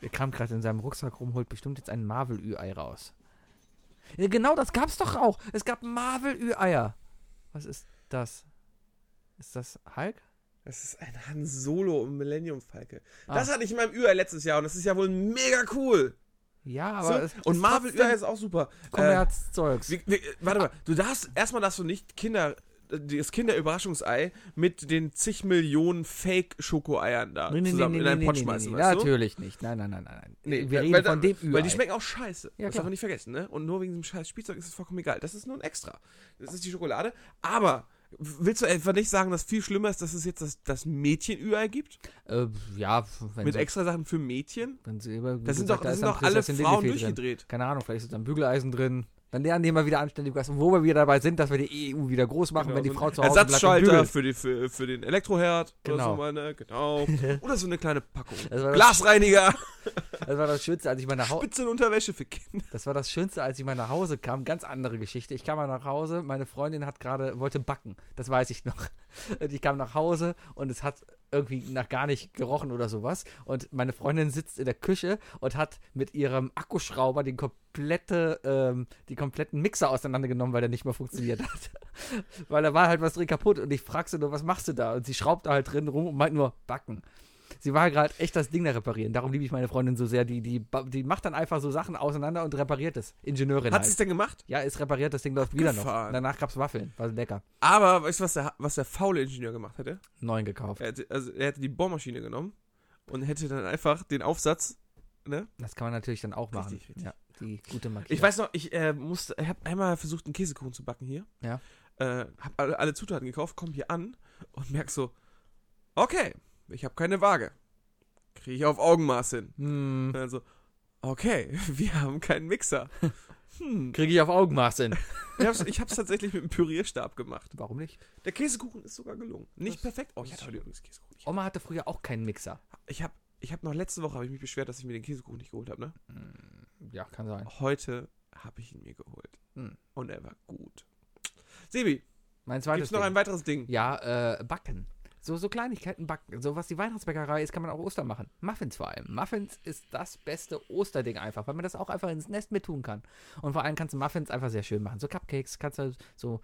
Der kam gerade in seinem Rucksack rum, holt bestimmt jetzt ein Marvel-Ü-Ei raus. Ja, genau, das gab's doch auch. Es gab Marvel-Ü-Eier. Was ist das? Ist das Hulk?
Das ist ein Han Solo und Millennium Falke.
Ah.
Das hatte ich in meinem Ü-Ei letztes Jahr und das ist ja wohl mega cool.
Ja, aber
so, und Marvel Ü-Ei ist auch super. Äh,
Kommerzzeugs.
wie, wie, warte mal, du darfst erstmal darfst du nicht Kinder äh, das Kinderüberraschungsei mit den zig Millionen Fake Schokoeiern da zusammen in einen Pott schmeißen, weißt du?
Natürlich nicht. Nein, nein, nein, nein. nein.
Nee, weil-
Wir reden
weil,
von dem Ü-Ei.
Weil die schmecken auch scheiße.
Ja,
das
klar.
darf man nicht vergessen, ne? Und nur wegen diesem scheiß Spielzeug ist es vollkommen egal. Das ist nur ein Extra. Das ist die Schokolade. Aber willst du einfach nicht sagen, dass viel schlimmer ist, dass es jetzt das, das Mädchen-Ü-Ei gibt?
Äh, ja, wenn
mit
so-
extra Sachen für Mädchen?
Wenn sie über,
Das sind
gesagt,
doch,
da
das
ist
sind
dann
doch alle
Prinzessin
Frauen
Lillifee drin.
durchgedreht.
Keine Ahnung, vielleicht ist da ein Bügeleisen drin. Dann lernen die mal wieder anständig was. Und wo wir wieder dabei sind, dass wir die EU wieder groß machen, wenn die
Genau, so
Frau
ein
zu Hause bleibt und
Ersatzschalter
bügelt.
für, die, für, für den Elektroherd. Oder
Genau. Also,
so mal, ne? genau. Oder so eine kleine Packung.
Das war das-
Glasreiniger,
Das war das Schönste, als ich mal nach Hause,
Spitze und Unterwäsche für Kinder.
das war das Schönste, als ich mal nach Hause kam. Ganz andere Geschichte. Ich kam mal nach Hause, meine Freundin hat gerade, wollte backen. Das weiß ich noch. Und Äh, ich kam nach Hause und es hat irgendwie nach gar nicht gerochen oder sowas. Und meine Freundin sitzt in der Küche und hat mit ihrem Akkuschrauber den komplette, ähm, die kompletten Mixer auseinandergenommen, weil der nicht mehr funktioniert hat. weil da war halt was drin kaputt und ich frag sie nur, was machst du da? Und sie schraubt da halt drin rum und meint nur, backen. Sie war gerade echt das Ding da reparieren. Darum liebe ich meine Freundin so sehr. Die, die, ba- die macht dann einfach so Sachen auseinander und repariert es. Ingenieurin.
Hat sie es
halt.
denn gemacht?
Ja, ist repariert, das Ding läuft wieder noch.
Abgefahren.
Und danach gab es Waffeln. War lecker.
Aber weißt du, was der, was der faule Ingenieur gemacht hätte?
Neun gekauft.
Er hätte, also, er hätte die Bohrmaschine genommen und hätte dann einfach den Aufsatz. Ne?
Das kann man natürlich dann auch machen.
Richtig, richtig.
Ja, die gute Marke.
Ich weiß noch, ich äh, musste, ich habe einmal versucht, einen Käsekuchen zu backen hier.
Ja.
Äh, hab alle, alle Zutaten gekauft, komm hier an und merk so, okay, ich habe keine Waage. Kriege ich auf Augenmaß hin.
Hm,
Und dann so, okay, wir haben keinen Mixer. Hm.
Kriege ich auf Augenmaß hin.
Ich hab's, ich hab's tatsächlich mit einem Pürierstab gemacht.
Warum nicht?
Der Käsekuchen ist sogar gelungen. Nicht perfekt. Oh, ich hatte heute übrigens Käsekuchen. Ich hab,
Oma hatte früher auch keinen Mixer.
ich hab, ich hab noch letzte Woche habe ich mich beschwert, dass ich mir den Käsekuchen nicht geholt habe, ne?
Ja, kann sein.
Heute habe ich ihn mir geholt.
Hm.
Und er war gut. Sebi,
Mein
gibt's
zweites
noch
Ding.
ein weiteres Ding?
Ja, äh, backen. So, so Kleinigkeiten backen. So was die Weihnachtsbäckerei ist, kann man auch Ostern machen. Muffins vor allem. Muffins ist das beste Osterding einfach, weil man das auch einfach ins Nest mit tun kann. Und vor allem kannst du Muffins einfach sehr schön machen. So Cupcakes kannst du halt so.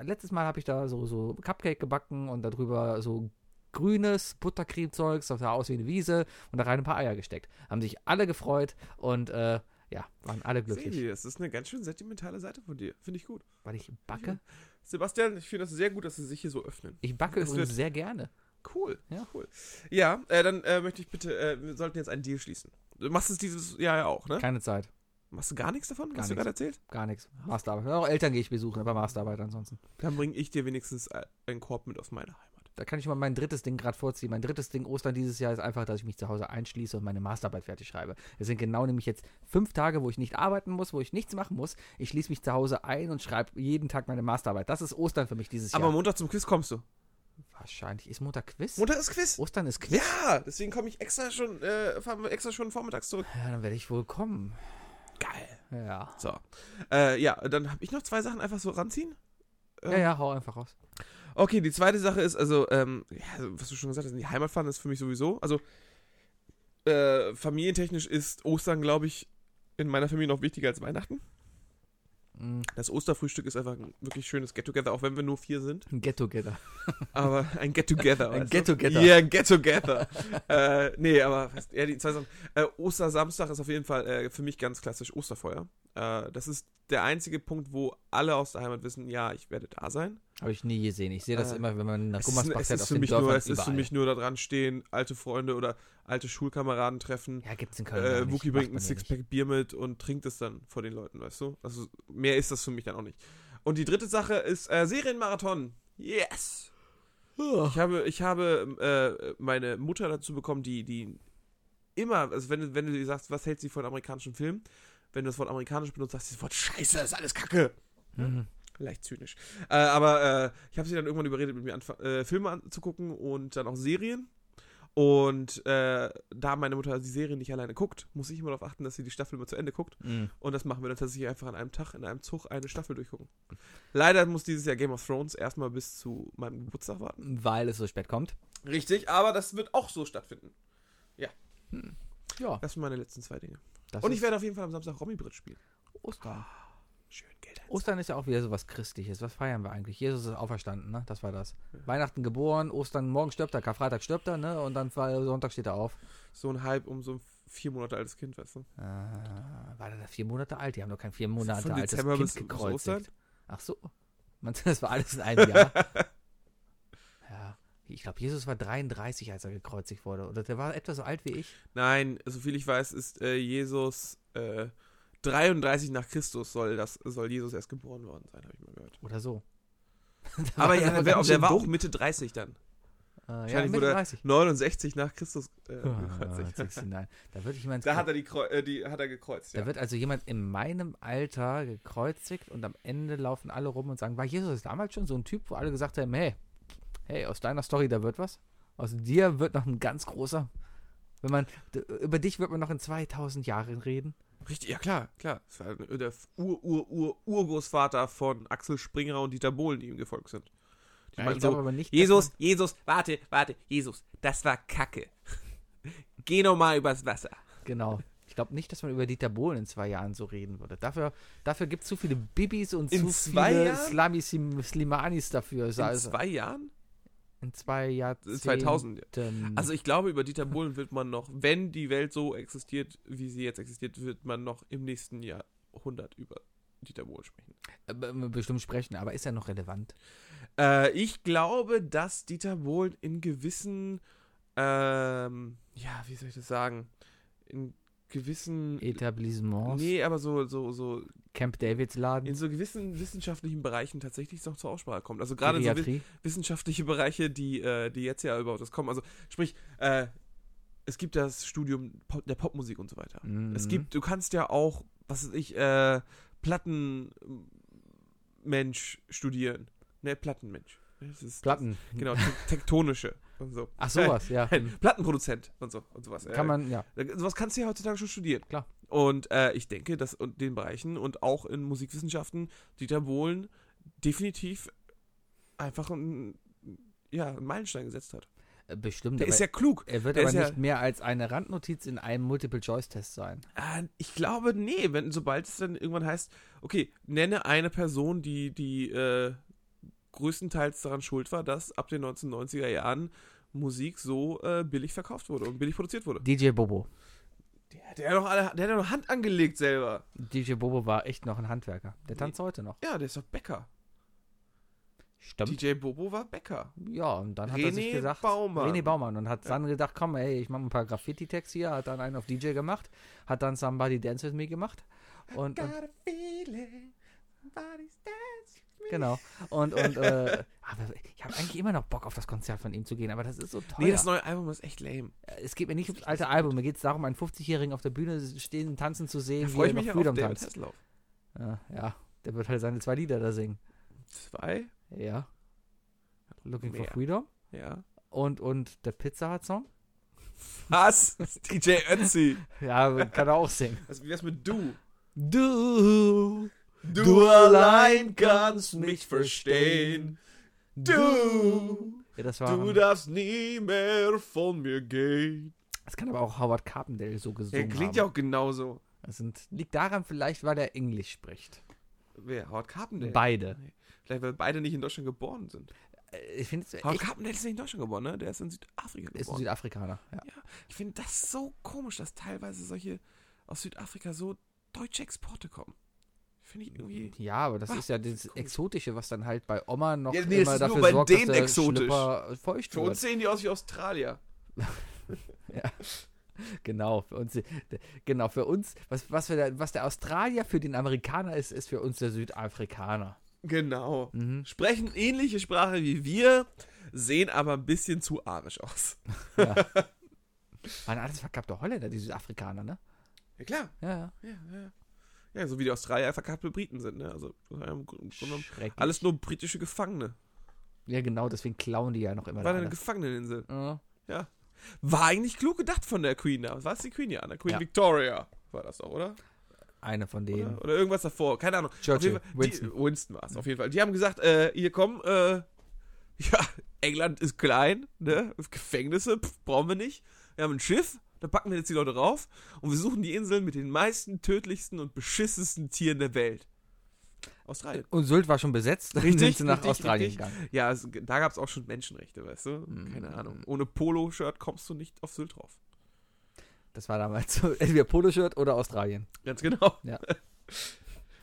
Letztes Mal habe ich da so, so Cupcake gebacken und darüber so grünes Buttercreme-Zeugs, das sah aus wie eine Wiese und da rein ein paar Eier gesteckt. Haben sich alle gefreut und äh, ja, waren alle glücklich.
Sebi, das ist eine ganz schön sentimentale Seite von dir. Finde ich gut.
Weil ich backe.
Sebastian, ich finde das sehr gut, dass sie sich hier so öffnen.
Ich backe
Das
übrigens
wird-
sehr gerne.
Cool.
Ja.
cool. ja äh, dann äh, möchte ich bitte, äh, wir sollten jetzt einen Deal schließen. Du machst es dieses Jahr ja auch, ne?
Keine Zeit,
Machst du gar nichts davon?
Gar
Hast du
nichts.
gerade erzählt?
gar nichts. Masterarbeit. Auch Eltern gehe ich besuchen, aber Masterarbeit ansonsten.
Dann bringe ich dir wenigstens äh, einen Korb mit auf meine Heimat.
Da kann ich mal mein drittes Ding gerade vorziehen. Mein drittes Ding Ostern dieses Jahr ist einfach, dass ich mich zu Hause einschließe und meine Masterarbeit fertig schreibe. Es sind genau nämlich jetzt fünf Tage, wo ich nicht arbeiten muss, wo ich nichts machen muss. Ich schließe mich zu Hause ein und schreibe jeden Tag meine Masterarbeit. Das ist Ostern für mich dieses
Aber
Jahr.
Montag zum Quiz kommst du.
Wahrscheinlich ist Montag Quiz.
Montag ist Quiz.
Ostern ist Quiz.
Ja, deswegen komme ich extra schon, äh, fahren wir extra schon vormittags zurück.
Ja, dann werde ich wohl kommen.
Geil.
Ja.
So. Äh, ja, dann habe ich noch zwei Sachen einfach so ranziehen. Ähm,
Ja, ja, hau einfach raus.
Okay, die zweite Sache ist, also, ähm, ja, also, was du schon gesagt hast, in die Heimat fahren ist für mich sowieso. Also, äh, familientechnisch ist Ostern, glaube ich, in meiner Familie noch wichtiger als Weihnachten.
Mm,
Das Osterfrühstück ist einfach ein wirklich schönes Get-Together, auch wenn wir nur vier sind.
Ein Get-Together.
Aber ein Get-Together.
Ein
weißt du?
Get-Together.
Ja, ein Get-Together. äh, nee, aber weißt- ja, die zwei Sachen. Äh, Ostersamstag ist auf jeden Fall äh, für mich ganz klassisch Osterfeuer. Äh, das ist der einzige Punkt, wo alle aus der Heimat wissen, ja, ich werde da sein.
Habe ich nie gesehen. Ich sehe das
Äh,
immer, wenn man nach
Es ist,
Gummersbach
es
fährt,
ist,
auf
für
den
mich
Dörfern
nur, es ist für
überall.
mich nur da dran stehen, alte Freunde oder alte Schulkameraden treffen.
Ja, gibt's in Köln auch
Äh,
nicht.
Wookie
Macht
bringt ein
man hier nicht.
Sixpack Bier mit und trinkt es dann vor den Leuten, weißt du? Also mehr ist das für mich dann auch nicht. Und die dritte Sache ist äh, Serienmarathon. Yes! Ich habe, ich habe äh, meine Mutter dazu bekommen, die, die immer, also wenn, du- wenn du dir sagst, was hält sie von amerikanischen Filmen, wenn du das Wort amerikanisch benutzt, sagst du das Wort Scheiße, ist alles Kacke.
Mhm.
Leicht zynisch. Äh, aber äh, ich habe sie dann irgendwann überredet, mit mir anfa- äh, Filme anzugucken und dann auch Serien. Und äh, da meine Mutter die Serien nicht alleine guckt, muss ich immer darauf achten, dass sie die Staffel immer zu Ende guckt.
Mhm.
Und das machen wir dann tatsächlich einfach an einem Tag, in einem Zug eine Staffel durchgucken. Leider muss dieses Jahr Game of Thrones erstmal bis zu meinem Geburtstag warten.
Weil es so spät kommt.
Richtig, aber das wird auch so stattfinden.
Ja,
Das sind meine letzten zwei Dinge.
das
Und ich
ist
werde auf jeden Fall am Samstag Romy-Brett spielen.
Ostern.
Schön Geld.
Ostern ist ja auch wieder so was Christliches. Was feiern wir eigentlich? Jesus ist auferstanden, ne? Das war das. Weihnachten geboren, Ostern, morgen stirbt er, Karfreitag stirbt er, ne? Und dann war- Sonntag steht er auf.
So ein Hype um so ein vier Monate altes Kind, weißt du?
Äh, war der da vier Monate alt? Die haben doch kein vier Monate
Von
altes
Dezember
Kind
bis- bis
gekreuzigt.
Ostern?
Ach so. Man, das war alles in einem Jahr. ja. Ich glaube, Jesus war 33, als er gekreuzigt wurde. Oder der war etwa so alt wie ich.
Nein, soviel ich weiß, ist äh, Jesus äh, 33 nach Christus soll das soll Jesus erst geboren worden sein, habe ich mal gehört.
Oder so. Da
Aber
er
ja,
noch
der,
ganz
der
schön
war auch
dumm.
Mitte 30 dann.
Äh, ja,
wahrscheinlich
Mitte
wurde-
30.
69 nach Christus äh,
Ah,
gekreuzigt.
69. Da wird jemand
Da hat er die, Kreu- äh, die hat er gekreuzt.
Da
Ja.
wird also jemand in meinem Alter gekreuzigt und am Ende laufen alle rum und sagen, war Jesus damals schon so ein Typ, wo alle gesagt haben, hey, hey, aus deiner Story, da wird was. Aus dir wird noch ein ganz großer. Wenn man, d- über dich wird man noch in 2000 Jahren reden.
Richtig, ja klar, klar. Das war der Ur Ur Ur Urgroßvater von Axel Springer und Dieter Bohlen, die ihm gefolgt sind. Die
Ja,
meinten
ich
so,
glaube aber nicht, dass
Jesus, Jesus, warte, warte, Jesus, das war Kacke. Geh nochmal übers Wasser.
man, genau. Ich glaube nicht, dass man über Dieter Bohlen in zwei Jahren so reden würde. Dafür, dafür gibt es zu viele Bibis und
In
zu
zwei
viele
Jahren?
Slami Sim- Slimanis dafür.
In
also,
zwei Jahren?
in zwei Jahrzehnten.
2000, ja.
Mhm.
Also ich glaube, über Dieter Bohlen wird man noch, wenn die Welt so existiert, wie sie jetzt existiert, wird man noch im nächsten Jahrhundert über Dieter Bohlen sprechen.
Äh, b- bestimmt sprechen, aber ist er noch relevant?
Äh, ich glaube, dass Dieter Bohlen in gewissen, ähm, ja, wie soll ich das sagen, in gewissen,
Etablissements,
nee, aber so, so, so,
Camp Davids Laden,
in so gewissen wissenschaftlichen Bereichen tatsächlich noch zur Aussprache kommt. Also gerade in so wi-
Geriatrie.
wissenschaftliche Bereiche, die, äh, die jetzt ja überhaupt das kommen. Also sprich, äh, es gibt das Studium Pop, der Popmusik und so weiter.
Mhm.
Es gibt, du kannst ja auch, was weiß ich, äh, Plattenmensch studieren. Ne, Plattenmensch. Das ist,
Platten.
Genau, te tektonische und so.
Ach sowas, ja.
Nein, Plattenproduzent und so und sowas.
Kann man, ja.
äh, sowas kannst du ja heutzutage schon studieren.
Klar.
Und äh, ich denke, dass in den Bereichen und auch in Musikwissenschaften Dieter Bohlen definitiv einfach einen, ja, einen Meilenstein gesetzt hat.
äh, Bestimmt.
Der
aber
ist ja klug.
er wird
der
aber
ist ja-
nicht mehr als eine Randnotiz in einem Multiple-Choice-Test sein.
Äh, ich glaube, nee, wenn sobald es dann irgendwann heißt, okay, nenne eine Person, die, die äh, größtenteils daran schuld war, dass ab den 1990er Jahren Musik so äh, billig verkauft wurde und billig produziert wurde.
DJ Bobo.
Der, der, hat doch alle, der hat doch Hand angelegt selber.
DJ Bobo war echt noch ein Handwerker. Der tanzt heute noch.
Ja, der ist doch Bäcker.
Stimmt.
DJ Bobo war Bäcker.
Ja, und dann hat er sich
René
gesagt,
Baumann.
René Baumann und hat dann gedacht, komm, ey, ich mache ein paar Graffiti-Tags hier, hat dann einen auf DJ gemacht, hat dann Somebody Dance With Me gemacht und, und genau und und äh, aber ich habe eigentlich immer noch Bock auf das Konzert von ihm zu gehen, aber das ist so teuer.
Nee, das neue Album ist echt lame.
es geht mir nicht ums alte Album, mir geht es darum, einen 50-Jährigen auf der Bühne stehen und tanzen zu sehen,
Da freue ich
noch
mich ja auf
Freedom
David
tanzt.
Hasselhoff.
Ja, ja, der wird halt seine zwei Lieder da singen.
Zwei?
Ja. Looking
Mehr.
for Freedom
Ja.
und und der Pizza Hut Song.
Was? DJ Ötzi.
Ja, kann er auch singen.
Was, wie wär's mit du?
Du,
Du allein kannst mich verstehen. Du,
Ja, das war.
du darfst nie mehr von mir gehen.
das kann aber auch Howard Carpendale so
Der
gesungen
klingt ja
haben.
auch genauso.
Das sind, liegt daran vielleicht, weil er Englisch spricht.
Wer? Howard Carpendale?
Beide.
Vielleicht, weil beide nicht in Deutschland geboren sind.
Äh, Ich finde es
Howard
echt.
Carpendale ist nicht in Deutschland geboren, ne? Der ist in Südafrika
Ist ein
geboren.
Südafrikaner. Ja.
ich finde das so komisch, dass teilweise solche aus Südafrika so deutsche Exporte kommen. Finde ich irgendwie...
ja, aber das
Ah,
ist ja das
komisch.
Exotische, was dann halt bei Oma noch
Ja, nee,
immer
das ist nur
dafür
bei
sorgt,
denen
dass der
exotisch.
Schlüpper feucht
Für
wird.
uns sehen die aus wie Australier.
Genau, für uns, genau, für uns, was, was, wir da, was der Australier für den Amerikaner ist, ist für uns der Südafrikaner.
Genau.
Mhm.
Sprechen ähnliche Sprache wie wir, sehen aber ein bisschen zu arisch aus.
Ja. Waren alles verkappte Holländer, die Südafrikaner, ne?
Ja, klar.
Ja, ja.
Ja, ja. ja so wie die Australier verkappte Briten sind, ne? Also im Grunde genommen
Schrecklich.
alles nur britische Gefangene.
Ja, genau, deswegen klauen die ja noch immer.
War eine
alles.
Gefangeneninsel.
Ja.
Ja. War eigentlich klug gedacht von der Queen da. Was war die Queen ja? an der Queen
Ja.
Victoria war das doch, oder?
Eine von denen.
Oder, oder irgendwas davor. Keine Ahnung. Auf
Churchill,
jeden Fall, Winston, die, Winston war es, auf jeden Fall. Die haben gesagt, äh, hier komm, äh, ja, England ist klein, ne? Gefängnisse pf, brauchen wir nicht. Wir haben ein Schiff, da packen wir jetzt die Leute rauf und wir suchen die Inseln mit den meisten tödlichsten und beschissensten Tieren der Welt. Australien.
Und Sylt war schon besetzt, dann
Richtig,
sind sie nach
richtig,
Australien
richtig.
gegangen.
Ja, es, da gab es auch schon Menschenrechte, weißt du?
Mhm.
Keine Ahnung. Ohne Polo-Shirt kommst du nicht auf Sylt drauf.
Das war damals so, entweder Poloshirt oder Australien.
Ganz genau.
Ja.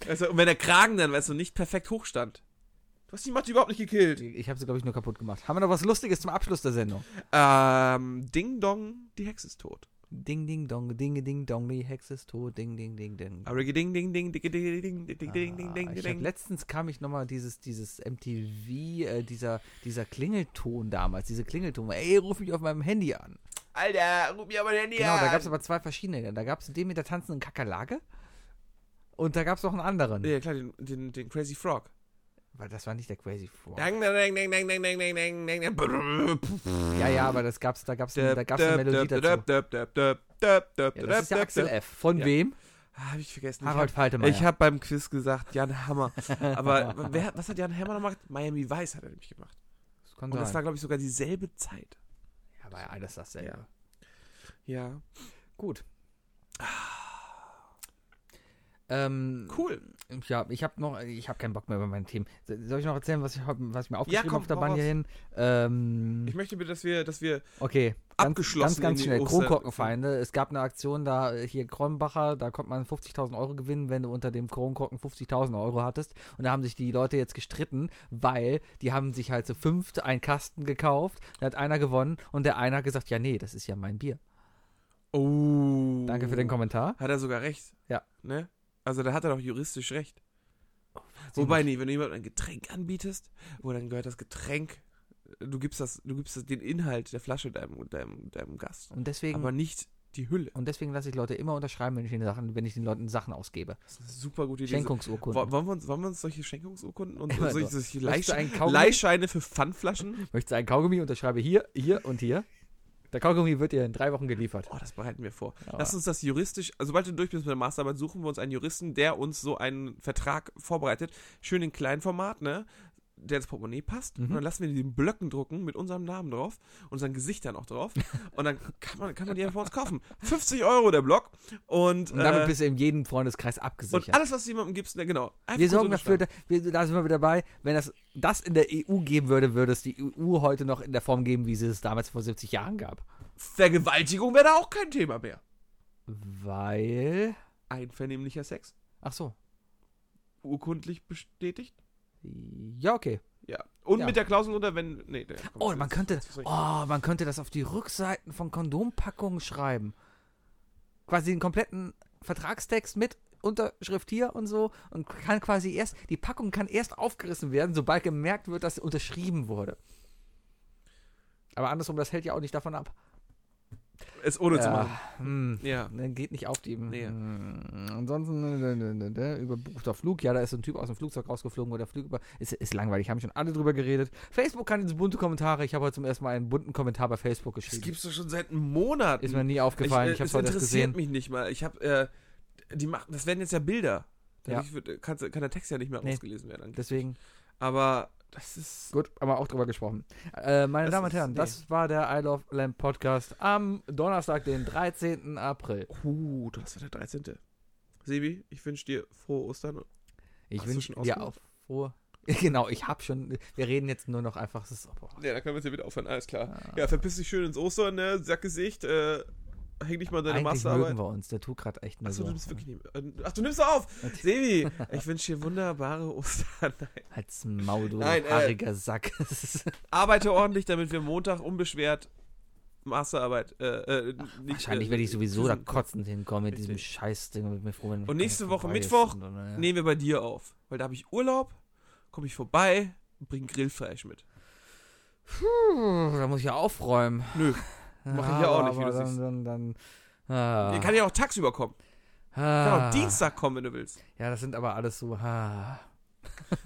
Weißt du, und wenn der Kragen dann, weißt du, nicht perfekt hochstand. Du hast die Matte überhaupt nicht gekillt.
Ich habe sie, glaube ich, nur kaputt gemacht. Haben wir noch was Lustiges zum Abschluss der Sendung?
Ähm, Ding Dong, die Hexe ist tot.
Ding, ding, dong, ding, ding, dong, die Hexe ist tot, ding, ding, ding, ding.
Arigi Ah, Ding Ding Ding Ding Ding Ding Ding Ding Ding Ding
Ah,
Ding
ich hab,
Ding.
letztens kam ich nochmal dieses, dieses MTV, äh, dieser, dieser Klingelton damals, diese Klingelton, ey, ruf mich auf meinem Handy an.
Alter, ruf mir aber dein Handy
Genau, da
an.
gab es aber zwei verschiedene. Da gab es den mit der tanzenden Kakerlake und da gab es noch einen anderen.
Ja klar, den, den, den Crazy Frog.
Weil das war nicht der Crazy Frog.
Ding Ding Ding Ding Ding Ding Ding Ding Ding Ding
Ja, ja, aber das gab's, da gab es da gab's eine Melodie dazu. Ja, das ist ja Axel F. Von
Ja.
wem?
Ah, Hab ich vergessen. Ich
Harald
hab-
Faltemeyer.
Ich habe beim Quiz gesagt, Jan Hammer. Aber wer, was hat Jan Hammer noch gemacht? Miami Vice hat er nämlich gemacht.
das kann
Und das war,
sein.
glaube ich, sogar dieselbe Zeit.
Ja, aber alles dasselbe.
Ja.
Hm.
Ja.
Gut. Ähm,
Cool.
Ja, ich habe noch, ich habe keinen Bock mehr über meine Themen. So- Soll ich noch erzählen, was ich, hab- was ich mir aufgeschrieben
komm,
habe auf der
hau
Bahn
raus.
hierhin? Ähm,
Ich möchte bitte, dass wir, dass wir
okay,
abgeschlossen
ganz, ganz,
in die
ganz schnell.
Oster-
Kronkorkenvereine. Es gab eine Aktion da äh, hier Kronbacher, da konnte man 50.000 Euro gewinnen, wenn du unter dem Kronkorken 50.000 Euro hattest. Und da haben sich die Leute jetzt gestritten, weil die haben sich halt zu fünft einen Kasten gekauft. Da hat einer gewonnen und der eine hat gesagt, ja nee, das ist ja mein Bier.
Oh.
Danke für den Kommentar.
Hat er sogar recht.
Ja.
Ne? Also da hat er doch juristisch recht. Wobei, nee, wenn du jemandem ein Getränk anbietest, wo dann gehört das Getränk, du gibst das, du gibst das, den Inhalt der Flasche deinem, deinem, deinem Gast.
Und deswegen,
Aber nicht die Hülle.
und deswegen lasse ich Leute immer unterschreiben, wenn ich den Sachen, wenn ich den Leuten Sachen ausgebe.
Das ist eine super gute Idee.
Schenkungsurkunde.
Wo- Wollen wir, uns, wollen wir uns solche Schenkungsurkunden und
Immer
solche,
so.
solche
Möchtest also, du
Leihsche-
einen Kaugummi?
Leihscheine für Pfandflaschen?
Möchtest du einen Kaugummi? Unterschreibe hier, hier und hier. Der Kaugummi wird dir in drei Wochen geliefert.
Oh, das behalten wir vor.
Aber-
Lass uns das juristisch, also, sobald du durch bist mit der Masterarbeit, suchen wir uns einen Juristen, der uns so einen Vertrag vorbereitet. Schön in Kleinformat, ne? Der ins Portemonnaie passt.
Mhm.
Und dann lassen wir die in Blöcken drucken mit unserem Namen drauf, unseren Gesichtern auch drauf. und dann kann man, kann man die einfach bei uns kaufen. 50 Euro der Block. Und,
Und
äh,
damit bist du in jedem Freundeskreis
und
abgesichert.
alles, was du jemandem gibst, ne, genau. Einfach
Wir
kurz
sorgen dafür,
unterschreiben.
da, wir, da sind wir wieder dabei, wenn das, das in der EU geben würde, würde es die EU heute noch in der Form geben, wie sie es damals vor 70 Jahren gab.
Vergewaltigung wäre da auch kein Thema mehr.
Weil.
Einvernehmlicher Sex,
Ach so.
urkundlich bestätigt.
Ja, okay.
Ja. Und
Ja.
mit der Klausel runter, wenn. Nee, der kommt
Oh,
jetzt.
man könnte,
das ist richtig.
oh, man könnte das auf die Rückseiten von Kondompackungen schreiben. Quasi den kompletten Vertragstext mit Unterschrift hier und so und kann quasi erst, die Packung kann erst aufgerissen werden, sobald gemerkt wird, dass unterschrieben wurde. Aber andersrum, das hält ja auch nicht davon ab.
Es ohne zu machen.
Hm.
Ja.
Ne, Geht nicht auf die.
Nee.
Hm, Ansonsten, ne, ne, ne, ne, überbuchter Flug. Ja, da ist so ein Typ aus dem Flugzeug rausgeflogen oder Flug über. Ist, ist langweilig, haben schon alle drüber geredet. Facebook kann jetzt bunte Kommentare. Ich habe heute zum ersten Mal einen bunten Kommentar bei Facebook
Das
geschrieben.
gibt's doch schon seit Monaten.
Ist mir nie aufgefallen. Ich,
äh,
habe
es
es heute erst
interessiert
gesehen.
mich nicht mal. Ich habe, äh, die machen, das werden jetzt ja Bilder.
Ja.
Dadurch wird, kann, äh, kann der Text ja nicht mehr
Nee.
ausgelesen werden.
Deswegen,
Aber das ist
gut, aber auch drüber gesprochen. Äh, meine
Das
Damen und
ist-
Herren,
nee.
das war der I Love Lamp Podcast am Donnerstag, den 13. April.
Uh, das war der 13. Sebi, ich wünsche dir frohe Ostern.
Ich
Hast du
wünsche
schon
dir auch
ausgemacht?
frohe. Genau, ich habe schon. Wir reden jetzt nur noch einfach. Es ist, boah.
Ja, da können wir jetzt ja wieder aufhören, alles klar.
Ah.
Ja, verpiss dich schön ins Ostern, ne? Sackgesicht, äh, häng dich mal an deine
Eigentlich mögen
Masterarbeit.
wir uns. Der tut gerade echt nur
Achso,
so.
du nimmst wirklich nicht mehr. äh, Ach, du nimmst auf! Sebi, ich wünsche dir wunderbare Ostern. Nein.
Halt's Maul, du
Nein, äh,
haariger Sack.
Arbeite ordentlich, damit wir Montag unbeschwert Masterarbeit, äh, äh, nicht,
Wahrscheinlich
äh,
werde ich sowieso da
diesen-
kotzend hinkommen mit diesem
Richtig.
Scheißding. Und, bin mir froh, wenn
Und nächste Woche
vorbei ist
Mittwoch
und, äh,
Nehmen wir bei dir auf. Weil da habe ich Urlaub, komme ich vorbei und bring Grillfleisch mit.
puh, Hm, Da muss ich ja aufräumen.
Nö, mach ich ja auch nicht, wie
Aber
du
dann,
siehst.
dann, dann, ah,
Ihr kann ja auch tagsüber kommen. Kann
ah,
auch Dienstag kommen, wenn du willst.
Ja, das sind aber alles so. Ah,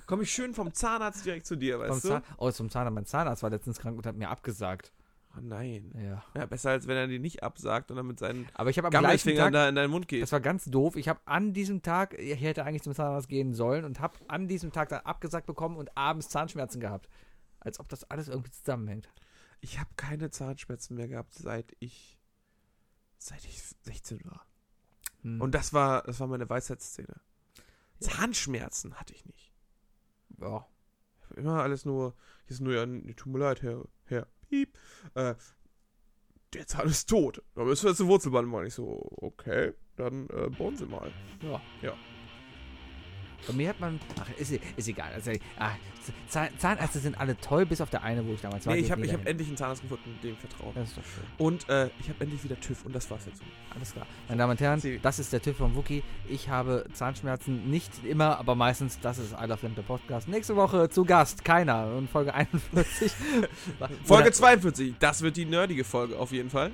Komme ich schön vom Zahnarzt direkt zu dir, weißt
vom
du?
Zahn, oh, zum Zahnarzt. Mein Zahnarzt war letztens krank und hat mir abgesagt.
Oh nein.
Ja.
Ja, besser als wenn er die nicht absagt und dann mit seinen
Aber ich habe am gleichen
Gammelfingern
Tag.
da in deinen Mund geht.
Das war ganz doof. Ich habe an diesem Tag, ich hätte eigentlich zum Zahnarzt gehen sollen und habe an diesem Tag dann abgesagt bekommen und abends Zahnschmerzen gehabt. Als ob das alles irgendwie zusammenhängt.
Ich habe keine Zahnschmerzen mehr gehabt, seit ich seit ich 16 war.
Hm.
Und das war das war meine Weisheitsszene. Zahnschmerzen hatte ich nicht.
ja.
Ich hab Immer alles nur, hier ist nur ja, nee, tut mir leid, Herr, Herr, piep. Äh, der Zahn ist tot. Da müssen wir jetzt eine Wurzelband machen. Ich so, okay, dann äh, bohren Sie mal.
Ja.
Ja.
Bei mir hat man. Ach, ist, e- ist egal. Also, ah, Zahn, Zahnärzte sind alle toll, bis auf der eine, wo ich damals war.
Nee,
Geht
ich habe
nie
ich hab
dahin.
endlich einen Zahnarzt gefunden, dem ich vertraue.
Das ist doch schön.
Und äh, ich habe endlich wieder TÜV und das war's jetzt.
Alles klar. Meine Damen und Herren,
Sie-
das ist der TÜV von Wookie. Ich habe Zahnschmerzen nicht immer, aber meistens. Das ist I Love Lamp, der Podcast. Nächste Woche zu Gast. Keiner. Und Folge 41.
Folge
Oder-
42, das wird die nerdige Folge auf jeden Fall.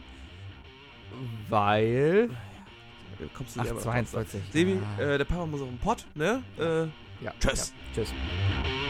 Weil.
Da Kommst du
Ach,
selber drauf.
42.
Sebi,
Ah.
äh, der Papa muss auf den Pott, ne? Äh,
ja.
tschüss.
Ja. Tschüss.